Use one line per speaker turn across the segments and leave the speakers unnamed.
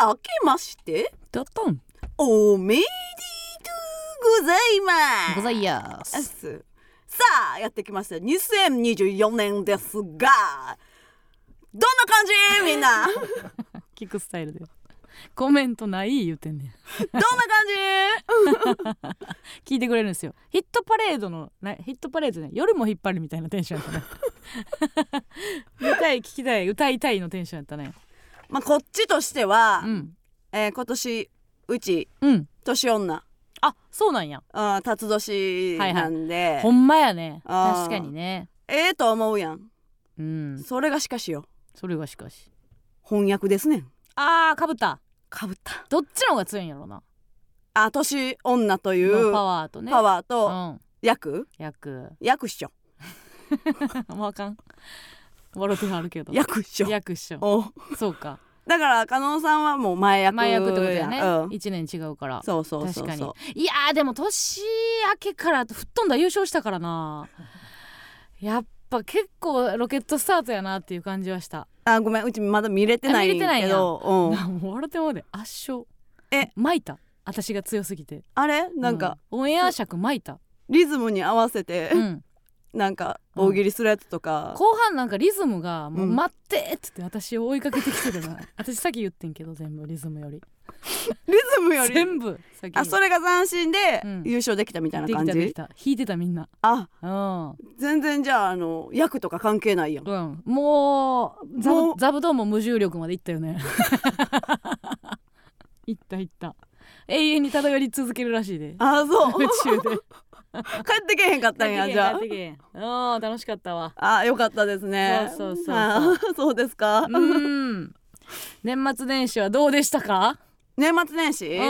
明けまして
ドトン
おめでとうございます
ございやす
すさあやってきました2024年ですがどんな感じみんなどんな
聞くスタイルでコメントない言うてんねん
感じ
聞いてくれるんですよヒットパレードのなヒットパレードね夜も引っ張るみたいなテンションや ったね見たい聞きたい歌いたいのテンションやったね
まあこっちとしては
う、ん
えー今年うち
うん
年女
あそうなんや
あー辰年なんで、
ほんまやね
あー
確かにね
ええと思うやん
うん
それがしかしよ
それがしかし
翻訳ですねん
あーかぶった
かぶった
どっちの方が強いんやろな
あ年女とい
の
う
パワーとね
パ
ワ
ワーと
ーうん
役
役
役師匠
もうあかん笑ってはるけど
役師匠
役っしょ
お
そうか
だから加納さんはもう前役
前役ってことや
やう
ね
ん
一年違うから
そうそうそ
確
う
かに
そう
いやーでも年明けから吹っ飛んだ優勝したからな やっぱ結構ロケットスタートやなっていう感じはした
あごめんうちまだ見れてないん
あ見れて
や
ないん
け
や
どうん
なもう笑ってもうで圧勝
え
巻いた私が強すぎて
あれなんか、、
うオンエア尺巻いた、
リズムに合わせて、
うん、
なんか大喜利するやつとか、
後半なんかリズムが「もう
うん
待って!」っつって私を追いかけてき てるな私先言ってんけど全部リズムより
リズムより
全部先
あそれが斬新で
うん
優勝できたみたいな
でき
感じ、
たできた弾いてたみんな
あ
うん
全然じゃああの役とか関係ないやん
うん、もうザ
も
ブ
う
ザブドーンも無重力まで行ったよ ね行った行った永遠に漂り続けるらしいで
あそう
宇宙で
帰ってけへんかった んやじゃ
帰ってけへん帰ってけへんうん楽しかっ たわ
ああよかったですね
そうそうそうそう
あ ーそうですか、
うん年末年始はどうでしたか
年末年始、
うん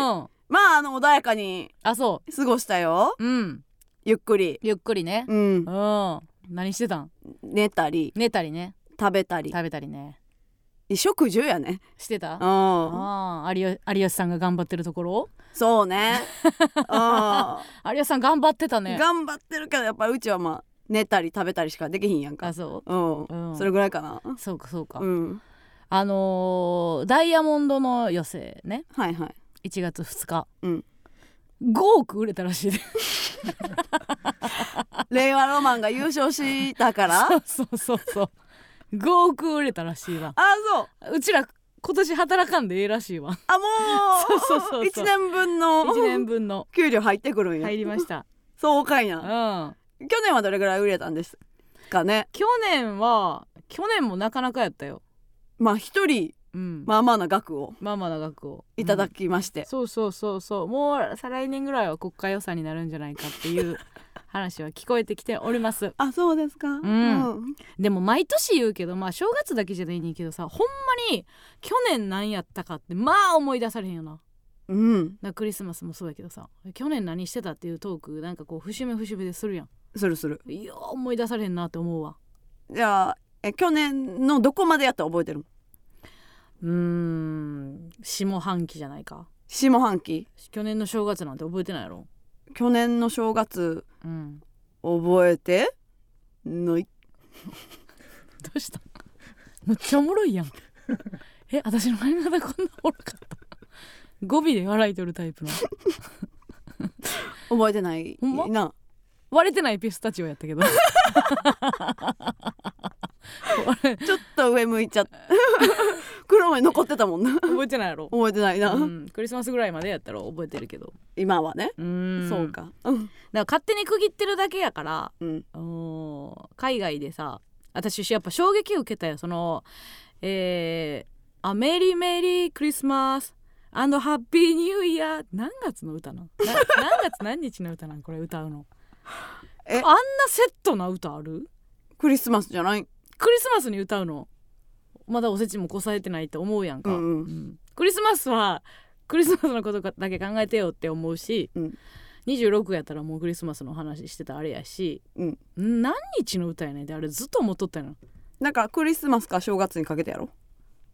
まああの穏やかに
あそ
過ごしたよ
ううん
ゆっくり
ゆっくりね
うん
うん何してたん
寝たり
寝たりね
食べたり
食べたりね
衣食住やね
してた
う
あ
ん
あ有吉有吉さんが頑張ってるところを
そう ねうん頑
有吉さん頑張ってたね
張ってるけどやっぱりうちはまあ寝たり食べたりしかできひんやん
あ
か
そう
うん
うん
それぐらいかな
そうかそうか、
うん
あのーダイヤモンドの寄せね
はいはい
1月2日、
うん
5億売れたら しいで
令和ロマンが優勝したからあ
そうそうそう5億売れたらしいわ
そう
うちら今年働かんでええらし いわ
あ
そうそうそ
も
うそう
う一年分の
1年分の
給料入ってくるんや
入りました
そうかいうなん去年はどれぐらい売れたんですかね
去年は去年もなかなかやったよ
まあ一人
うんま
まあまあな額を
あまあな額を
いただ
き、
きまして、
そうそうそうそうもう再来年ぐらいは国家予算になるんじゃないかっていう話は聞こえてきております
あそうですか、うん
でも毎年言うけどまあ正月だけじゃないねんけどさほんまに去年何やったかってまあ思い出されへんよな。
うん、
なクリスマスもそうやけどさ去年何してたっていうトークなんかこう節目節目でするや
するする
んいやー思い出されへんなって思うわ
じゃあえ去年のどこまでやったら覚えてるの
うーん下半期じゃないか
下半期
去年の正月なんて覚えてないやろ
去年の正月
うん
覚えてない
どうしたむっちゃおもろい やんえ私の前まだこんなおもろかった語尾で笑いとるタイプの
覚えてない
ほんま
な
割れてないピスタチオやったけど
ちょっと上向いちゃった 黒目残ってたもんな
覚えてないやろ、
覚えてないな、
うん、クリスマスぐらいまでやったら覚えてるけど
今はね、
うん
そう
だか
かうん、
ら勝手に区切ってるだけやから
うん、
うん海外でさ私やっぱ衝撃を受けたよそのえー、あメリーメリークリスマスハッピーニューイヤー何月の歌なんな何月何日の歌なんこれ歌うの
え
あんなセットな歌ある
クリスマスじゃない
クリスマスに歌うのまだおせちもこさえてないと思うやんか、
うんうん
クリスマスはクリスマスのことだけ考えてよって思うし、
うん
26やったらもうクリスマスの話してたあれやし、
うん
何日の歌やねんってあれずっと思っとったの
なんかクリスマスか正月にかけてやろ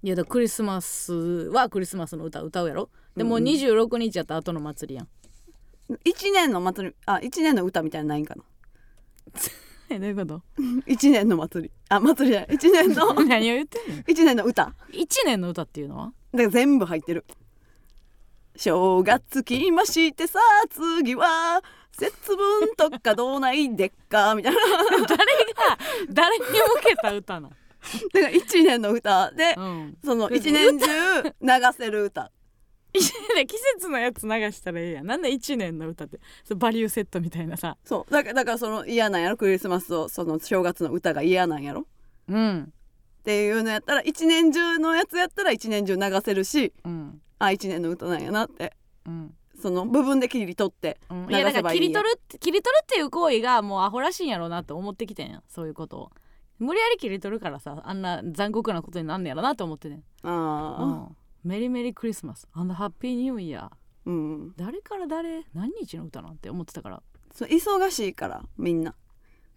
いやだからクリスマスはクリスマスの歌歌うやろでもう
うんうん
26日やった後の祭りやん、
一年の祭りあ一年の歌みたいなのないんかな
えどういうこと
一年の祭りあ祭りじゃない一年の
何を言ってんの
一年の歌
1年の歌っていうのは
で全部入ってる正月来ましてさあ次は節分とかどうないでっかみたいな
誰が誰に向けた歌
だ
な
から1年の歌で、
の、 うん、
その一年中流せる歌
一年季節のやつ流したらええやんなんで一年の歌ってそれバリューセットみたいなさ
そうだからだからその嫌なんやろクリスマスをその正月の歌が嫌なんやろ
うん
っていうのやったら一年中のやつやったら一年中流せるし
うん
あ一年の歌なんやなって
うん
その部分で切り取って
うん、い
流
やだか
せ
ら
ばい
切
いん
り
や
取るって切り取るっていう行為がもうアホらしいんやろうなって思ってきてんやそういうことを無理やり切り取るからさあんな残酷なことになんねやろなって思ってね、う
あ
ん、メリーメリークリスマスハッピーニューイヤー
ーうん
誰から誰何日の歌なんて思ってたから
そう忙しいからみんな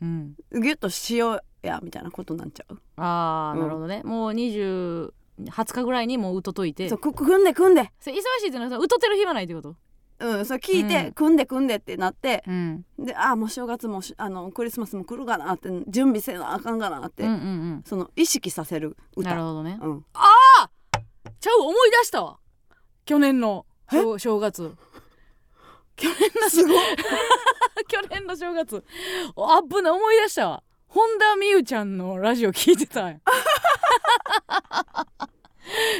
うん
ギュッとしようやみたいなことになっちゃう
あー、
うん
なるほどねもう20 20日ぐらいにもううとといて
そ
そう
く組んで組んで
れ忙しいっていうのはそのうとてる暇ないってこと
うんそう聞いて、
うん
組んで組んでってなって
うん
であーもう正月もしあのクリスマスも来るかなって準備せなあかんかなって、
うんうんうん
その意識させる歌
なるほどね
うん、
ちゃう思い出したわ去年の正正月去年の
すごい
去年の正月あっぶな思い出したわ本田美優ちゃんのラジオ聞いてたんや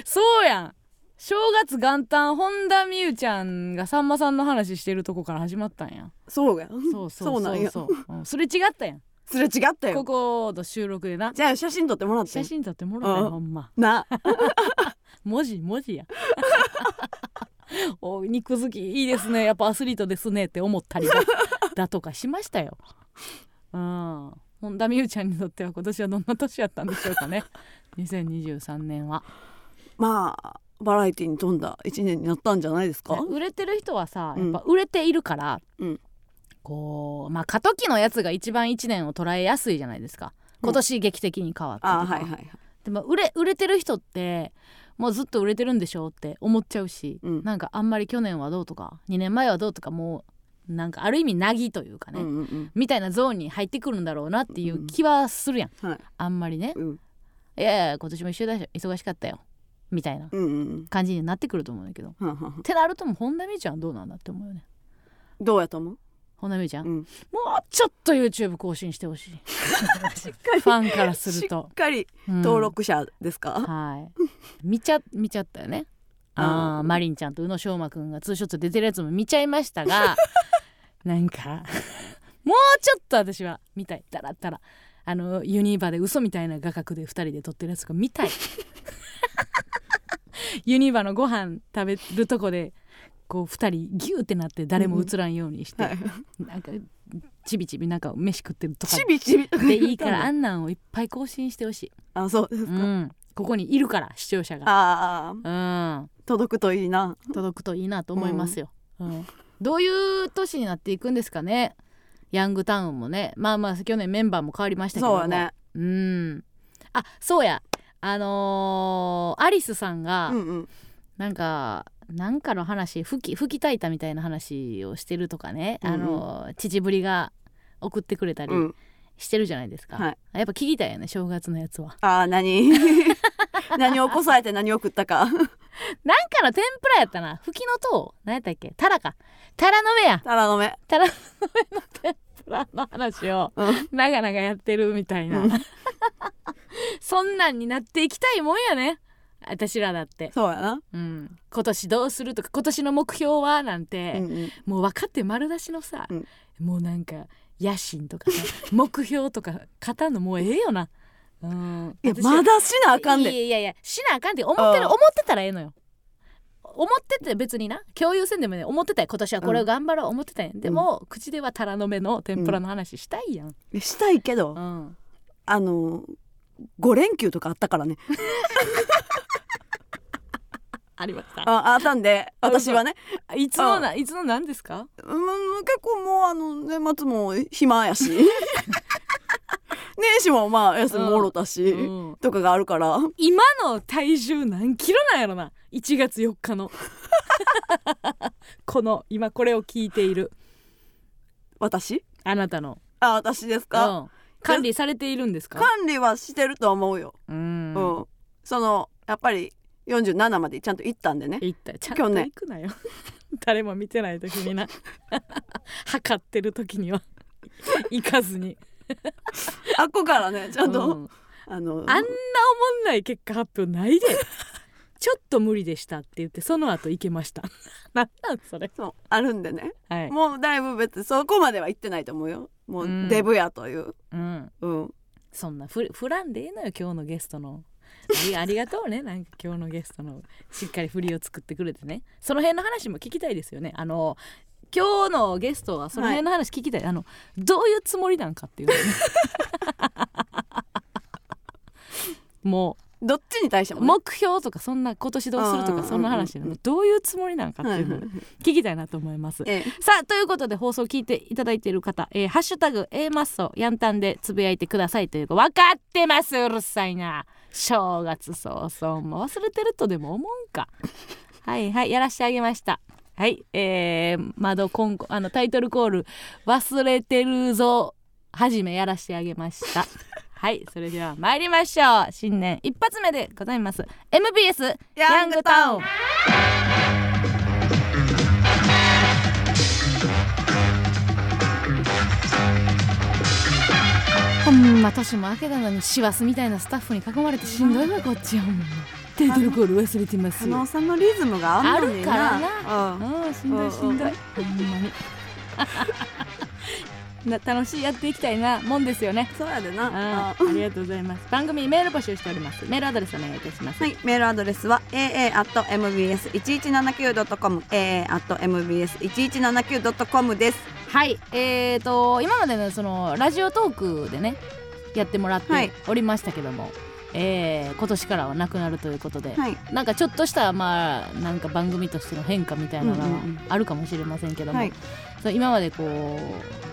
そうやん正月元旦本田美優ちゃんがさんまさんの話してるとこから始まったんや
そうや
そうそうそう
な
そ
んや
ううんすれ違ったやん
すれ違ったよ
ここの収録でな
じゃあ写真撮ってもらって
写真撮ってもらった
う
よ
ん
ほんま
な
文字文字や お肉好きいいですねやっぱアスリートですねって思ったりだだとかしましたようん本田美優ちゃんにとっては今年はどんな年やったんでしょうかね2023年は
まあバラエティに富んだ一年になったんじゃないですか、
売れてる人はさ
う
やっ
ん
ぱ売れているから、
うん
こうまあ過渡期のやつが一番1年を捉えやすいじゃないですか今年劇的に変わったと
あ
か、
ーはいはいはい
でも売れ売れてる人ってもうずっと売れてるんでしょうって思っちゃうし、
うん
なんかあんまり去年はどうとか2年前はどうとかもうなんかある意味なぎというかね、
うんうんうん
みたいなゾーンに入ってくるんだろうなっていう気はするやん、
はい
あんまりね
うん
いやいや今年も一緒だし忙しかったよみたいな
うんうん
感じになってくると思うんだけど、っ
はんはんはん
てなるともう本田美優ちゃんはどうなんだって思うよね
どうやと思う
本田美優ちゃん、
うん
もうちょっと YouTube 更新してほしい ファンからすると
しっかり
うん
登録者ですか、
はい。見ちゃ見ちゃったよね。ああ、
うん
マリンちゃんと宇野昌磨くんがツーショット出てるやつも見ちゃいましたが、 なんかもうちょっと私は見たい。だらったらあのユニバで嘘みたいな画角で二人で撮ってるやつが見 たい。ユニバのご飯食べるとこで。こう二人ギューってなって誰も映らんようにして、
はい
なんかちびちびなんか飯食ってるとか
ちびちび
でい いからあんなんをいっぱい更新してほしい
あそうですか、
うん、ここにいるから視聴者が、
ああ
うん、
届くといいな
届くといいなと思いますよ、うんどういう年になっていくんですかねヤングタウンもねまあまあ去年メンバーも変わりましたけど
そう
も
やね
うんあそうやあのーアリスさんが
うんうん
なんか、なんかの話吹き吹きたいたみたいな話をしてるとかね、あのー父ぶりが送ってくれたり
うん
してるじゃないですか、
はい
やっぱ聞きたいよね正月のやつは
ああ何 何をこさえて何を食った か
なんかの天ぷらやったな。吹きの塔何やったっけタラか。タラの芽や。
タラの芽
タラの芽の天ぷらの話を
うん
長々やってるみたいな。
うん
そんなんになっていきたいもんやね。私らだって、
そうやな、
うん、今年どうするとか今年の目標はなんて、
うんうん、
もう分かって丸出しのさ、
うん
もうなんか野心とかさ 目標とか語んのもうええよな、うん、
いや
私ら
まだしなあかん
い
で
やいやいやしなあかんって思って
うん
る思ってたらええのよ思ってて別にな共有せんでもね思ってたよ今年はこれを頑張ろう思ってたんや、でも口ではタラの芽の天ぷらの話したいやん、
したいけど、
うん
あの5連休とかあったからね
ありました
ああったんで私はね
いつのないつのなんですか
うん結構もうあの年末も 暇やし年始もまあ休みもろたし、
うん
とかがあるから
今の体重何キロなんやろな1月4日のこの今これを聞いている
私
あなたの、
あ私です
う
か、
ん、管理されているんですか
管理はしてると思うよ、
うん
うんそのやっぱり47までちゃんと行ったんでね
行ったちゃん
去
と
年
行くなよ 誰も見てない時にな 測ってる時には行かずに
あっこからねちゃんと、
うん
あの
あんなおもんない結果発表な いでちょっと無理でしたって言ってその後行けましたなん なんそれ
そうあるんでね
はい、
もうだいぶ別にそこまでは行ってないと思うよも
うん
うデブやという、
うん、
うん
そんなふ振らんでええのよ今日のゲストのありありがとうねなんか今日のゲストのしっかり振りを作ってくれてねその辺の話も聞きたいですよねあの今日のゲストはその辺の話聞きたい、あのどういうつもりなんかっていう のねも
どっちに対して
う
もね、
目標とかそんな今年どうすると
うんうんうん
か
うん
そんな話なのどういうつもりなんかって
はいいうは
の
い
を聞きたいなと思います。
ええ
さあということで放送聞いていただいている方「えーハッシュタグ A マッソヤンタン」でつぶやいてくださいというか分かってますうるさいな正月早々も忘れてるとでも思うんかはいはいやらしてあげましたはいえー、窓コンコあのタイトルコール「忘れてるぞ」はじめやらしてあげましたはいそれでは参りましょう新年一発目でございます MBS ヤングタウンほんま年も明けたのに師走みたいなスタッフに囲まれてしんどいわこっちはもうタイトルコール忘れてます
加納さんのリズムがあんのにな
あるから
う
ああしんどいしんどいほんまにな楽しいやっていきたいなもんですよね
んそうやで
あ
な
あありがとうございます番組メール募集しておりますメールアドレスお願いいたします、
はい、メールアドレスは aa.mbs1179.com aa.mbs1179.com です。
はい、えー、と今までのそのラジオトークでねやってもらっ
はい
ておりましたけども、えー今年からはなくなるということで、
はい、
なんかちょっとしたまあなんか番組としての変化みたいなのが
うんうんうん
あるかもしれませんけども、
はい
そう今までこう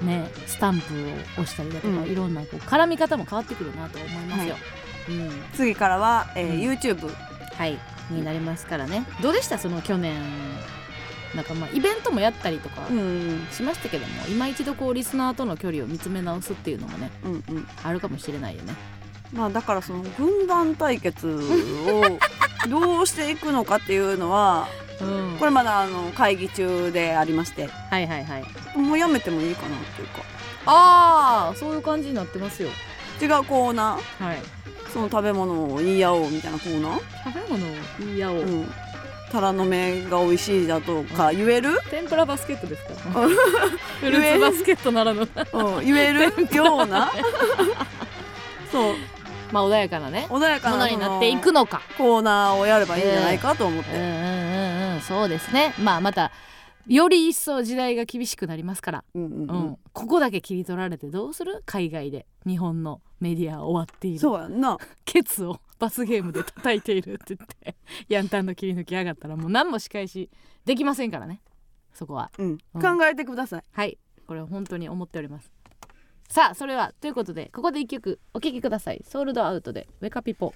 ねスタンプを押したりだとか、
うん
いろんなこう絡み方も変わってくるなと思いますよ。うん
次からは、えー
うん
YouTube
はいになりますからねどうでしたその去年なんかまあイベントもやったりとか
うんうん
しましたけども、今一度こうリスナーとの距離を見つめ直すっていうのもね
うんうん
あるかもしれないよね。
まあだからその軍団対決 をどうしていくのかっていうのは
うん、
これまだあの会議中でありまして
はいはいはい。
もうやめてもいいかなっていうか
ああそういう感じになってますよ。
違うコーナー
はい。
その食べ物を言い合おうみたいなコーナー、
食べ物を言い合おう。
うん、タラの芽が美味しいだとか言える、
天ぷらバスケットですか。
うん
フルーツバスケットならぬ。
うん、言えるようなそう
まあ穏やかなね。
穏やか
も
な
の
そ
に
の
なっていくのか。
コーナーをやればいいんじゃないかと思って、
うんうんうんうん。そうですね。まあまたより一層時代が厳しくなりますから。
うんうん
う
うん
ん。ここだけ切り取られてどうする？海外で日本のメディア終わっている。
そうやんな
ケツをバスゲームで叩いているって言ってヤンタンの切り抜きやがったらもう何も仕返しできませんからねそこは
うん、
うん
考えてください
はいこれは本当に思っておりますさあそれはということでここで一曲お聴きくださいソールドアウトでウェカピポ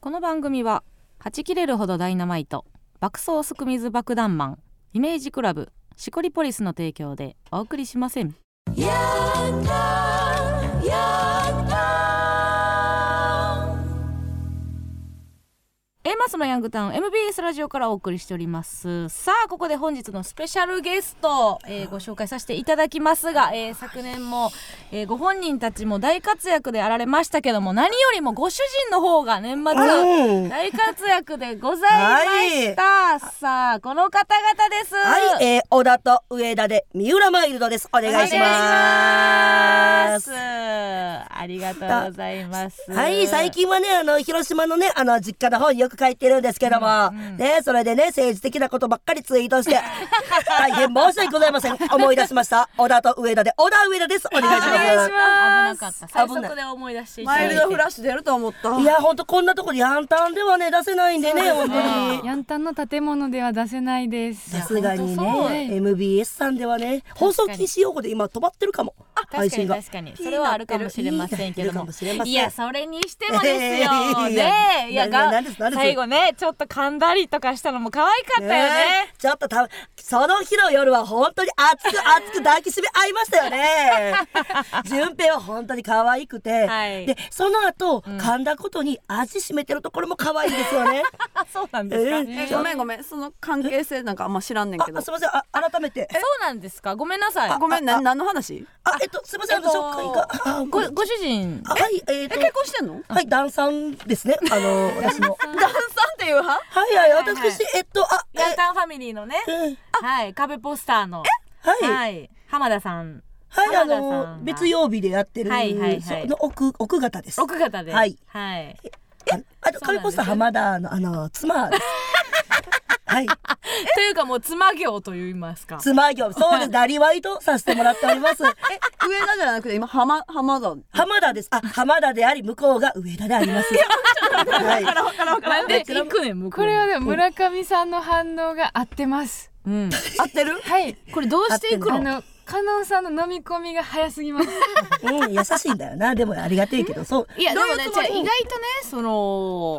この番組は「はち切れるほどダイナマイト」「爆走すく水爆弾マン」「イメージクラブ」「シコリポリス」の提供でお送りしませんエマスのヤングタウン MBS ラジオからお送りしておりますさあここで本日のスペシャルゲスト、えーご紹介させていただきますが、えー昨年も、えーご本人たちも大活躍であられましたけども何よりもご主人の方が年末
おー
大活躍でございました、さあこの方々です
はい、えー、小田と上田で三浦マイルドです。お願いします。
ありがとうございます
はい、最近はね、あの、広島のね、あの、実家の方によく書いてるんですけども、ね、それでね、政治的なことばっかりツイート して、大変申し訳ございません。思い出しました。小田と上田で、小田上田です。お願いし
お願いしま
ま
す危なかった最
危ない
速で思い出していた
マ
だい
イ
て
ルドフラッシュ出ると思った
す。いや、ほんとこんなとこにヤンタンではね、出せないんでね、本当に。
ヤンタンの建物では出せないです。
さすがに
いやほんとそう
ね、MBS さんではね、放送禁止用語で今止まってるかも。
確
配
か
信
に
が
確かにそれはあるかもしれませんけど
いい
も
かもしれません
いやそれにしてもですよ
い
ね
や
えいや
な
が
なんですなんです
最後ねちょっと噛んだりとかしたのも可愛かったよね
えちょっとたその日の夜は本当に 熱く熱く抱きしめ合いましたよね順平は本当に可愛くて、
はい
でその後、噛んだことに味しめてるところも可愛いですよね
あそう なん
え
ですか、
えごめんごめんその関係性なんかあんま知らんねんけど
あすみませんあ改めて
そうなんですかごめんなさい
あごめんな何の話
あえっとすみませんあの
えっと
紹介があご
ご
めん
ご主人
あはいえっ
え
と
結婚してんの
はいダンさんですねあの私の
ダンさんっていう派
はいはい
はいはい
私えっとあえ
ガンタンファミリーのね
うん
はい壁ポスターの
はい
はい浜田さん
はい、あ
浜田さん
の
が
別曜日でやってる、
はいはいはい
その奥奥方です。
奥方では
はい
はいそう
ああと
なんです
金子さん浜田のあの妻です。はい、
というかもう妻業と言いますか
妻業そうです。なりわいとさせてもらってお ります。
え上田じゃなくて今浜浜田
浜田です。あ、浜田であり向こうが上田であります。はい。
なんで行くねん向こう
これはでも村上さんの反応が合ってます。
うん
合ってる
はい。
これどうしていく
あ
の
の加納さんの飲み込みが早す ぎます。
うん、優しいんだよな。でもありがてえけど、そう。
いやで
どうい
も
う
ね
つ
じ
も
ゃあ
り
意外とねそ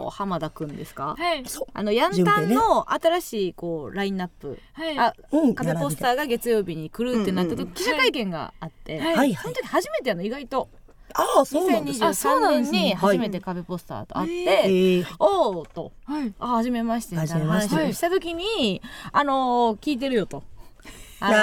の浜田くんですか
はい。
そ
あのヤンタンの新しいこうラインナップ
はい。
あ
う。うん、
壁ポスターが月曜日に来るってなった
うんうん
時記者会見があって
はい
はい
そ
はい
の。時初めてやの意外と
ああ、そうなんです。
あそうな
2023
んです
年
ね
に初めて壁ポスターと会っ
え
て
ー、
おおと
はい。
あ初めましてみたいな
初
話
めまして
をした時にあのー聞いてるよと。あの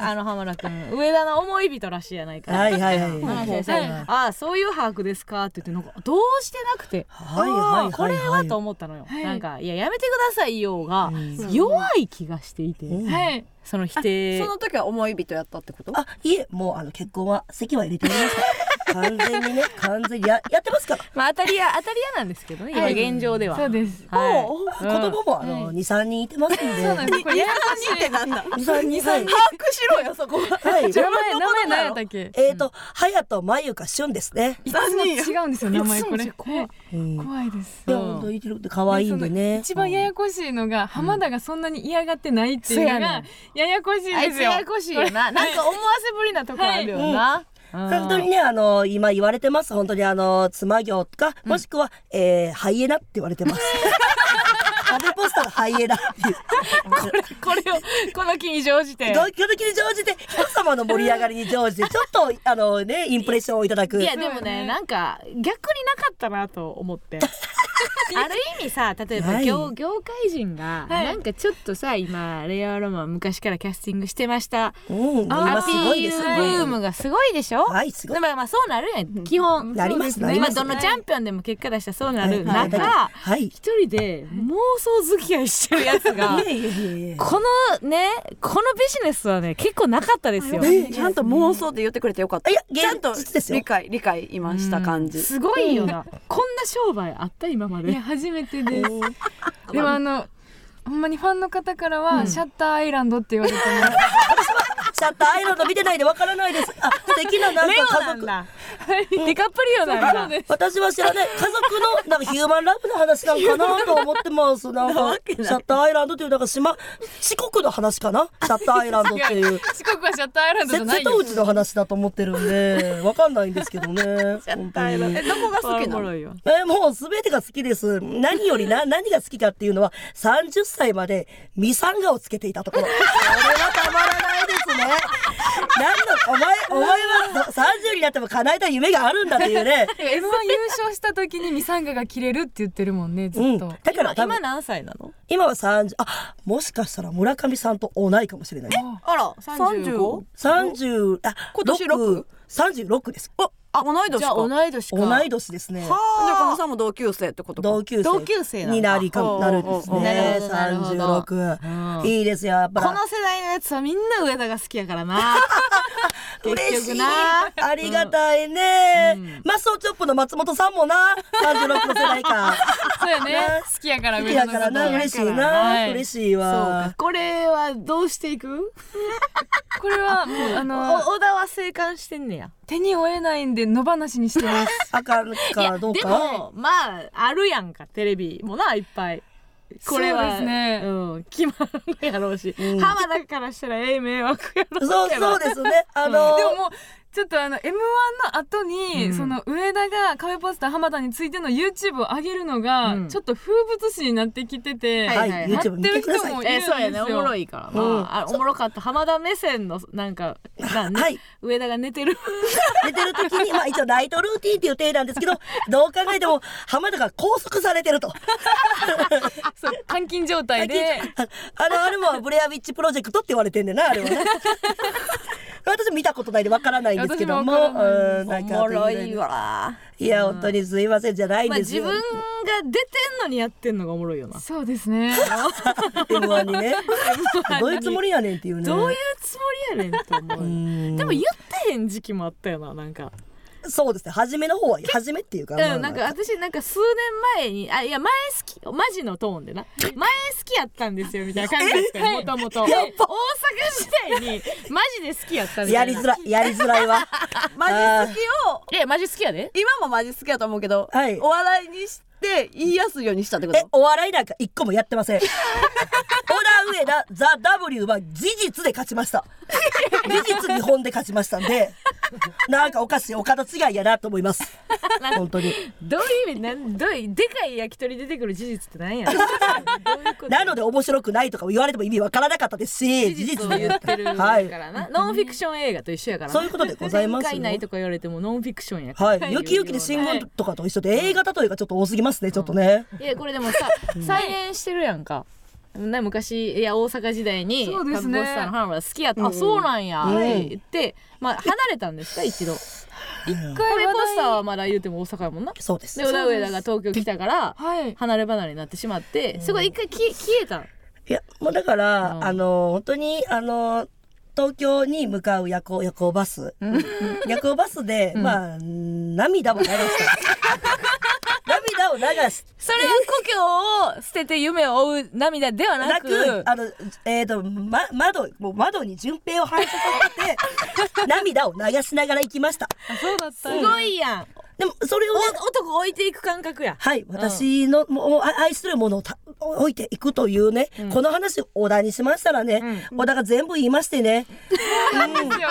ーあの浜田君上田の思い人らしいやないか
はい
み
は
た
い
い
は
ない話でさ
はいはい
あそういう把握ですかって言ってなんかどうしてなくて
はい
あ
はいはいはい
ーこれはと思ったのよ、
はい
なんかいややめてくださいよが
うん
弱い気がしていて、
うん
はい。
その否定
その時は思い人やったってこと
あ、いえ、もうあの結婚は席は入れてみました。完全にね、完全にややってますから。
まあ当たり屋当たり屋なんですけどね、
はい
今現状では
そうです。
はい
おう
子供もあの
はい
二三人いてますんで。
そうなんです。これややこしい。
ってなんだ
二三人はい。
把握しろよそこは
はい。
名前名前何やったっけ？
えっと、はやとまゆかしゅんですね。
いつも違うんですよ名前これ。
いつも違う
はい
うん。い
怖いです。
や、本当いてるって可愛いんでね。
一番ややこしいのが浜田がそんなに嫌がってないってい
そ
うの
うや
が
ね
ややこしい
あい
で
つ
すよ。
ややこしいよななんか思わせぶりなとこあるよな、
本当にね、あの、今言われてます。本当にあの、妻業か、もしくは、えー、ハイエナって言われてます。壁ポスターのハイエナっていう。
これをこの機に乗じて
ご協力に乗じて、人様の盛り上がりに乗じて、ちょっと、あのね、インプレッションをいただく。
いやでもねなんか逆になかったなと思って ある意味さ例えば
ない
業業界人が
はい
なんかちょっとさ今レイアロマン昔からキャスティングしてました
うん、
ア
今す
ピ
ごい
ー
です
ル
ね。
ブームがすごいでしょ
はい、すご
で
い。
もまあそうなるやん基本
なります、なりま
今
す。
どのチャンピオンでも結果出したらそうなる
はい
中
はい。
一人で妄想付き合いしてるやつ が
いやいやいやいや
このねこのビジネスはね結構なかったですよ
ちゃんと妄想って言ってくれてよかった
いや
ちゃんと
現実ですよ
理解理解今した感じ
すごいよなこんな商売あった今ま
い
で
や初めてです。でもあのほんまにファンの方からはシャッターアイランドって言われてます。
シャッターアイランド見てないでわからないです。あ、素敵ななん
レオ
か
なん
家族。
だ。 デカプリオなんだ。
私は知らない家族のなんかヒューマンラブの話なんかなと思ってます。なんかシャッターアイランドというなんか島四国の話かな。シャッターアイランドっていう。
四国はシャッターアイランドじ
せ
ゃない
瀬
よ
戸。内の話だと思ってるんでわかんないんですけどね。本当に
え。どこが好きなの
よ。
えーもうすべてが好きです。何よりな、何が好きかっていうのは、30歳までミサンガをつけていたところ。これはたまらないですね。何の、お前、お前は30になっても叶えたい夢があるんだっていうね。
M1 優勝した時にミサンガが切れるって言ってるもんねず
う
っ
ん。
と。
だから多分、
何歳なの？
今は30、あ、もしかしたら村上さんと同いかもしれない。
あら
35
35
30、あ、
今年
6 36です。お
あ同い年か
じゃあ同
じゃ
い年か。
同い年ですね。
あ加納さんも同級生ってことか
同級生
同級生なんだ
になりか
おうおうおう
なるんですね。
なるほどなるほ
36。
うん
いいですよ、やっぱ。
この世代のやつはみんな上田が好きやからな。
嬉し
結
い
局な
ありがたいね、
うん
マッソーチョップの松本さんもな36の世代か
そうやね
な。
好きやから
好
上
き
田
やか
のこと
らな嬉しいな、
はい
嬉しい
そう
わ
か。これはどうしていく？
これはもうあ
お
の
小田は生還してんねや。
手に負えないんで野放しにして ます。
あかんかどう
で
か
もまああるやんかテレビもないっぱい。これは
そうですね
うん決まるやろうし、
うん
浜田からしたらええ迷惑やろうけど
そうそうですねあの
でももうちょっとあの M1 の後に、その上田がカフェポスター浜田についての YouTube を上げるのが、ちょっと風物詩になってきてて、
はい
はい
YouTube
待っ
見
て
て
る
くだ
人
さい
もいるん
え
で
ー
す
そう
よ。
やねおもろいから、ま
うん
あ、あおもろかった浜田目線のなんかな、ね
はい
上田が寝 てる
寝てる時に、まあ一応ナイトルーティンっていう体なんですけど、どう考えても浜田が拘束されてると。
そう監禁状態で
あの、あれもブレアウィッチプロジェクトって言われてんねんな、あれはね。私見たことないんでわからないんですけども、
私もわから
うん
おもろい。わ
いや、本当にすいませんじゃないん
まあ
です
自
よ。
分が出てんのにやってんのがおもろいよな
そうです ね
M1 に ね。どういうつもりやねんっていうね。
どういうつもりやねんと思う
う
よ
ん
でも言ってへん時期もあったよななんか
そうですね、初めの方は、初めっていうか、まあ
うん、なんか私なんか数年前にあいや前好きマジのトーンでな前好きやったんですよみたいな感じだったよもともと大阪時代にマジで好きやったみた
や
いな
りづらい、やりづら いわ。
マジ好きを
いやマジ好きやで
今もマジ好きやと思うけど、
はい
お笑いにして言いやすいようにしたってこ
え
と、
お笑いなんか一個もやってません。小 田上田ザ・ W は事実で勝ちました。事実日本で勝ちましたんで、なんかおかしい、岡田違いやなと思います。本当に。
どういう意味なんどういうでかい焼き鳥出てくる事実ってなんやどういうこと
なので面白くないとか言われても意味わからなかったですし、事
事実
実
を
で
言ってるか
はい。
らな、ノンフィクション映画と一緒やからな
そういうことでございます
展
よ
開ないとか言われてもノンフィクションやから
はい。ゆきゆきで新聞とかと一緒で映画例えがちょっと多すぎますね、ちょっとね。
いやこれでもさ再演してるやんか。ね、昔いや大阪時代に
そうです
カ
ね
ンボスターの花村好きやった、あそうなんや、って言って、まあ、離れたんですか一度
一
カ
回
メ
話
ポスター
題
はまだ言うても大阪やもんなで
そうです。
小田上田が東京来たから
はい
離れ離れになってしまってそこで一回消え消えたん
いや、もうだから、
うん
あの、本当に、あの、東京に向かう夜行、夜行バス。 夜行バスで、まあ、涙を流 した。涙を流し、
それは故郷を捨てて夢を追う涙では
なく、あの、えっ、と、ま、窓、もう窓に順平を反射させて、涙を流しながら行きました。
あそうだった
すごいやん
でも、それをね、
お男置いていく感覚や
はい、私の、もうあ愛するものをた置いていくというね、この話を小田にしましたらね、小田が全部言いましてね、
そうですよ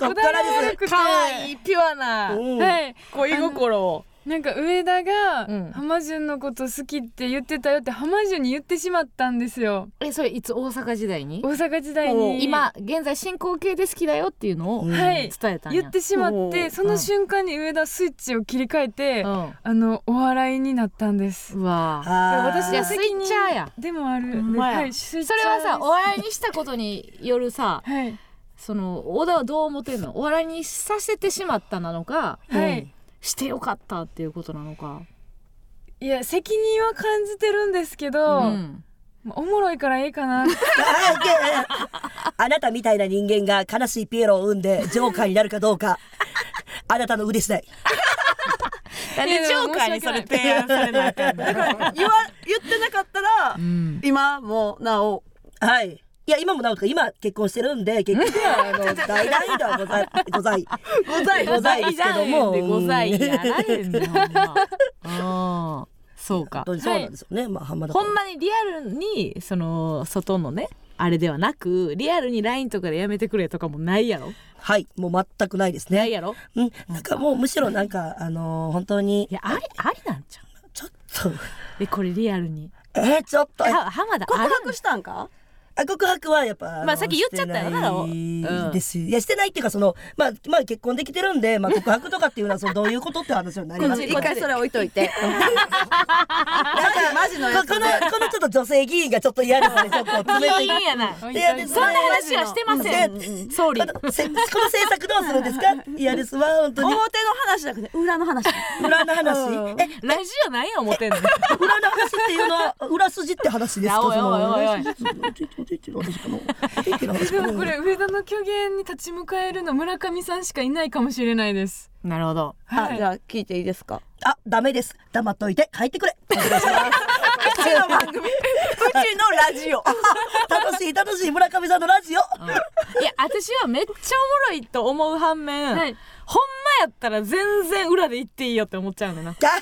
こっか
小田が
らです
悪くて
可愛いピュアな
うん
はい
恋心を
なんか上田が
うん
浜潤のこと好きって言ってたよって浜潤に言ってしまったんですよ
えそれいつ大阪時代に
大阪時代に
今現在進行形で好きだよっていうのを
うん
はい
伝えたんや、
言ってしまってその瞬間に上田スイッチを切り替えて、
う
あ
ん
のお笑いになったんです
うわ
あー
私
いや
の
スイ
責
ッチャーや
任でもある
んまや
はいスイッチ
そ
ャ
れ
ー
は
です
さお笑いにしたことによるさ
はい
その小田はどう思ってんのお笑いにさせてしまったなのか
はい、
してよかったっていうことなのか、
いや責任は感じてるんですけ
う
ど、
ん、
まあおもろいからいいかな
あああなたみたいな人間が悲しいピエロを生んでジョーカーになるかどうか、あなたの腕次第。
なんでジョーカーにそれ提案されなあかんの
言わ言ってなかったら、
うん
今もなお
はい。いや、今もなおとか、今結婚してるんで、結局は、あの、大大ではござい、ござい、
ござい
ございですけども。
でござい
うん
やらへんの、ほんまあーそうか
本当にそうなんですよね。まあ、浜田
ほんまにリアルにその外のねあれではなくリアルに LINE とかでやめてくれとかもないやろ
はい、もう全くないです
ない
ね。
やろ
うん。なんかもう、むしろなんか、あのー本当に
い、やありありなんちゃう
ちょっと、
でこれリアルに
えー、ちょっと、え
は浜田
告
あらん
白したんか
あ告白はやっぱ、
まあ
の
さっき言っちゃったよな
して
う
なんいです、いやしてないっていうかそのまあまあ結婚できてるんでまあ告白とかっていうのはそのどういうことって話になります
一回それ置いといてマジマジのや
こ
つ
このこのちょっと女性議員がちょっと嫌です ねちょっと詰めて
いいんやない
おい
いやで
そんな話はしてませ
うん
総理
このせこの政策どうするんですか嫌ですわ本当
表
に
の話じゃなくて裏の話
裏の話
うん
え
ラジオないや思ってんの
裏の話っていうのは裏筋って話です
いや
か
おい
その
おいおいおい
裏筋裏筋裏筋裏筋裏筋裏
え
筋
でもこれ上田の虚言に立ち向かえるの村上さんしかいないかもしれないです
なるほど
あじゃあ聞いていいですか
あダメです黙っといて帰ってくれお願いします
うちの番組うちのラジオ
楽しい楽しい村上さんのラジオ
いや私はめっちゃおもろいと思う反面、
はい
ほんまやったら全然裏で言っていいよって思っちゃうのなだ
だ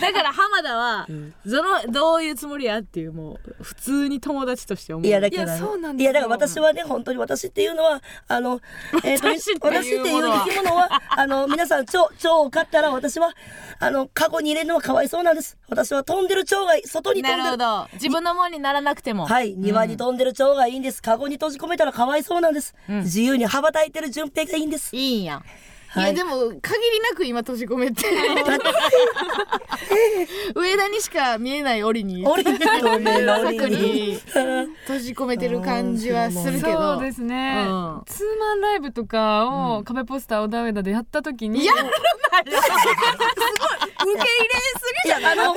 だから浜田は、そのどういうつもりやっていうもう普通に友達として思う
い
い
やだ
だ
から
いやそうなん
い
ですよ
やだから私はね本当に私っていうのはあの、えーと
私って
私
い
っ
う
てい
もの
う
は
生き物はあの皆さん蝶蝶を飼ったら私はあのカゴに入れるのはかわいそうなんです私は飛んでる蝶が外に飛ん
な
で
るほど自分のものにならなくても
はい庭に飛んでる蝶がいいんですカゴに閉じ込めたらかわいそうなんです、自由に羽ばたいてる順平がいいんです
いいんや
はい
いやでも限りなく今閉じ込めて上田にしか見えない檻に
俺 に飛んでる
柵
檻に
に閉じ込めてる感じはするけ
そう
ど
ですね、
うん
ツーマンライブとかを壁ポスター小田上田でやった時に、
いやあの
ウ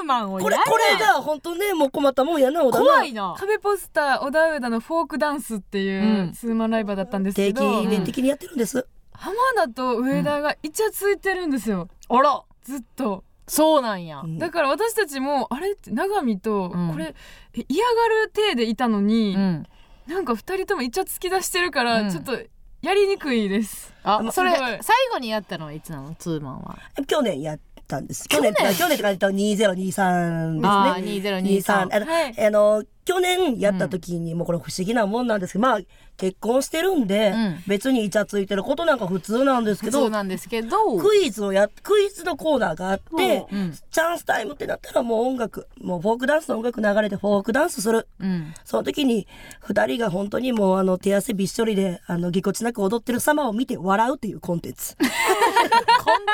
ーマンを
これこれが本当ねもう困ったもんやなおだな
怖いな
壁ポスター小田上田のフォークダンスっていうツーマンライバーだったんですけ
定期
ど、
面的にやってるんです、
浜田と上田がイチャついてるんですよ
あら
ずっと
そうなんや
うん
だから私たちもあれって永見と
うん
これ、え嫌がる体でいたのに、
うん
なんか二人ともイチャつき出してるから、
うん
ちょっとやりにくいです
あそれ
すごい
最後にやったのはいつなのツーマンは
去年やったんです。去年去年去年って感じと2023
ああ
ですね。
2023
23あの、
はい
あの去年やった時に、もうこれ不思議なもんなんですけど、まあ結婚してるんで、
うん
別にイチャついてることなんか普通なんですけ
そう
ど、
なんですけど
クイズをやクイズのコーナーがあって、
うん
チャンスタイムってなったらもう音楽、もうフォークダンスの音楽流れてフォークダンスする。
うん
その時に二人が本当にもうあの手汗びっしょりであのぎこちなく踊ってる様を見て笑うっていうコンテ ンツ。
コン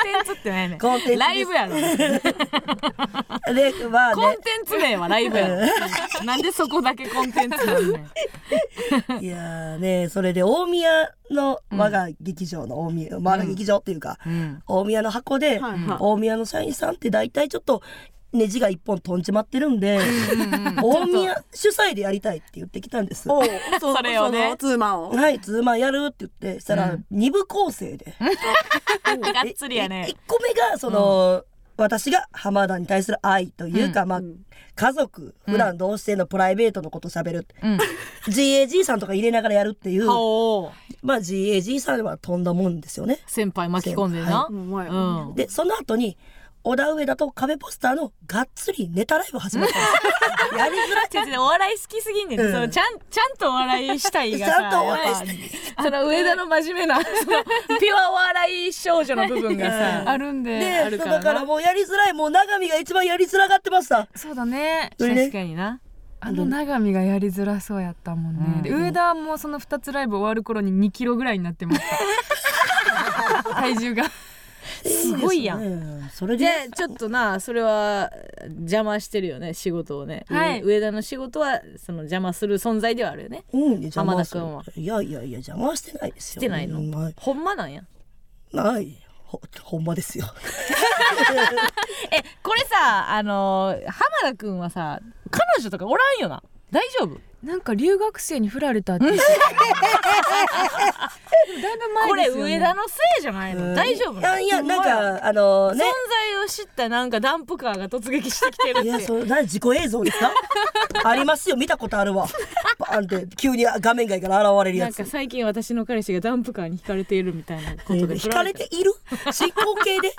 テンツってないねん
コンテンツです
ライブや ろ
で、まあね、
コンテンツ名はライブやろなんでそこだけコンテンツなんねん
いやーねそれで大宮の我が劇場の大宮、我が劇場っていうか、
うん
大宮の箱で、大宮の社員さんって大体ちょっとネジが一本飛んじまってるんで、大宮主催でやりたいって言ってきたんです。は
そ
それをね
そのツーマンを
い、ツーマンやるって言って、したら二部構成で。
がっつりやね
1個目がその、私が浜田に対する愛というか、まあ、家族普段どうしてんのプライベートのこと喋る、
ん
GAG さんとか入れながらやるっていう、
おー
まあ GAG さんは飛んだもんですよね。
先輩巻き込んでな
ほんまや
うん
で、その後に、小田上田と壁ポスターのがっつりネタライブ始まったん ですよやりづらい。
違う違うお笑い好きすぎんねんて、
うん
そのちゃんちゃんとお笑いしたいが
ち
さ
ゃんとお笑いしたい
やっぱその上田の真面目 なそのピュアお笑い少女の部分が さ
あるんであ
で、
る
そう
から
だから
な
もうやりづらい、もう長見が一番やりづらがってました。
そうだね
それ
確
ね、
かにな
あの永見がやりづらそうやったもんね、で上田もその2つライブ終わる頃に2キロぐらいになってました 体重が
す
ごいやん
ん。それ
じ
で
ゃ、あちょっとなそれは邪魔してるよね仕事をね、
はい
上田の仕事はその邪魔する存在ではあるよね
うん、邪魔する
浜田
いやいやいや、邪魔はしてないです
し
よ。
てないの
うんない。
ほんまなんや
ないほ、ほんまですよ。
えこれさあのー浜田君はさ彼女とかおらんよな大丈夫
なんか留学生に 振られたってだいぶ
こ
前で
れ
すよ、ね、
上田のせいじゃないの 大丈夫
い
なの
や、いや、なんか、あの
存
ね。
在を知ったなんかダンプカーが突撃してきてるっ
いや、
て
それ、何、自己映像ですか ありますよ、見たことあるわ。バーンって、急に画面外から現れる
な
や
ん
つ
か。最近私の彼氏がダンプカーに惹かれているみたいなこ
え
と
ー
で
惹かれている進行 形で
違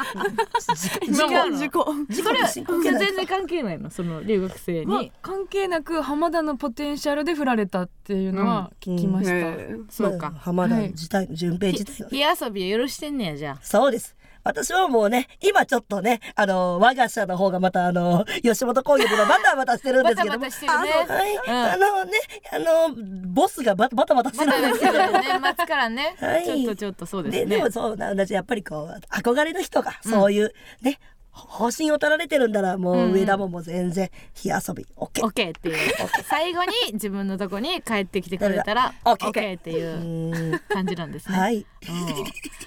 うの
事
そ
故
そ
れは
進行形なん
全然関係ないのその留学生
まあ
に
関係なく浜田のポテンシャルで振られたっていうのは聞きました、
ええ
そう
まあ
か
浜田自体の順平自体の
火遊び許してんねやじゃ
そうです私はもうね今ちょっとねあの我が社の方がまたあの吉本興業でバタバタしてるんですけども
バタバタしてるね
あのはい、あのねあのボスがバタバタバタして
あま
る
だ
ん
で
で
すす
け
よ
ど
年末からね
はい
ちょっとちょっとそうです
で
ね
でもそう同じやっぱりこう憧れの人がそういう、ね方針を取られてるんだらもう上田ももう全然火遊び OK
オッケーっていう最後に自分のとこに帰ってきてくれたら
オ
オ
ッケー
ッケーっていう
うん
感じなんですね
はい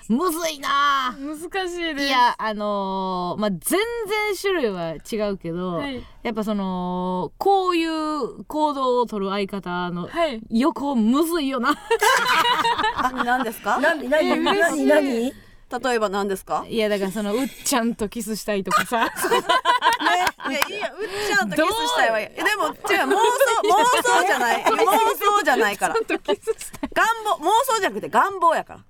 うんむずいなあ
難しいです
いやあのーまあ全然種類は違うけど、
はい
やっぱそのこういう行動を取る相方の
はい
横むずいよな
あ何ですか
何何何何何
例えば何ですか
いやだからそのうっちゃんとキスしたいとか
い
さ
やいいやうっちゃんとキスしたいわいやでも違う妄想妄想じゃない妄想じゃないから願望妄想じゃなくて願望やか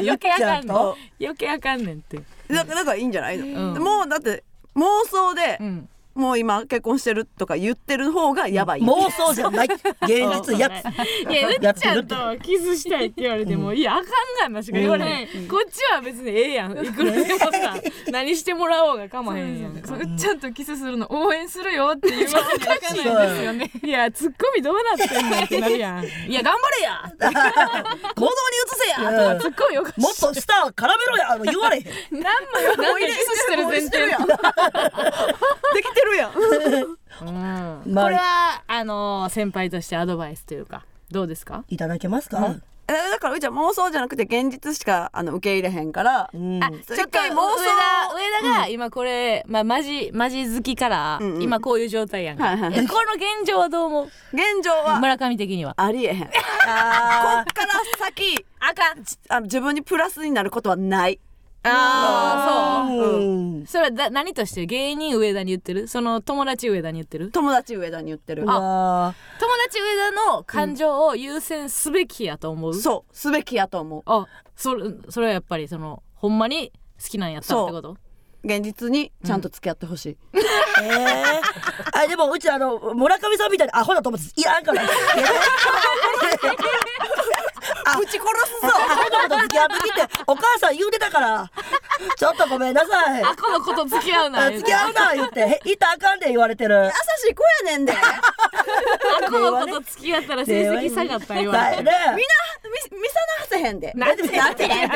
余計あかん
ちゃん
の
と
余計あかんねんって
らだからだからいいんじゃないの、
ん
もうだって妄想で
うん
もう今結婚してるとか言ってる方がやばい、
妄想じゃない現実や
いや、う
や
っ
って
ちゃ
るっ
ん
て
とキスしたいって言われても、いや、あかんがんなしか言われない。こっちは別にええやん。いくらでもさ、何してもらおうが構わへんやんか
そううっちゃんとキスするの応援するよって言わなきゃいけ
そう
ないんですよね。
いや、ツッコミどうなってんのってなるやん。いや、頑張れや
行動に移せや
うん
ツッコミよ かっ
もっとスター絡めろやあの言われへん
た。何も
も
何
う入
でキ
れ
スしてる前提
もう入れてるやん できてるやん
うん
まあ
これは、あのー、先輩としてアドバイスというか、どうですか
いただけますか、
えだからうちは妄想じゃなくて現実しかあの受け入れへんから、
うん
あ、
そう
ち
一
ょっと
回
上
妄
田
想
上田が今これ、まあマジマジ好きから、
んうん
今こういう状態やんか、
はいはいはい
この現状はどう思う
現状は
村上的には
ありえへんこっから先
あかん
あ自分にプラスになることはない
ああそう
うん
それはだ何として芸人上田に言ってるその友達上田に言ってる
友達上田に言ってる
うわ
友達上田の感情を優先すべきやと思う、
そうすべきやと思う
あそれそれはやっぱりそのほんまに好きなんやったらってこと
現実にちゃんと付き合ってほしい、
ーええあでもうちあの村上さんみたいにアホな友達いらんからいや
ぶち殺すぞ
アホなこと付き合ってきてお母さん言うてたからちょっとごめんなさい
あこのこと付き合うな
あ
言うて
付き合うな言って「へいたらあかんで」言われてる。
優しい子や ねんでみ
あこのこと付き合ったら成績下がった言 われて
ね
見見さなはせへんで
なんでなんで
え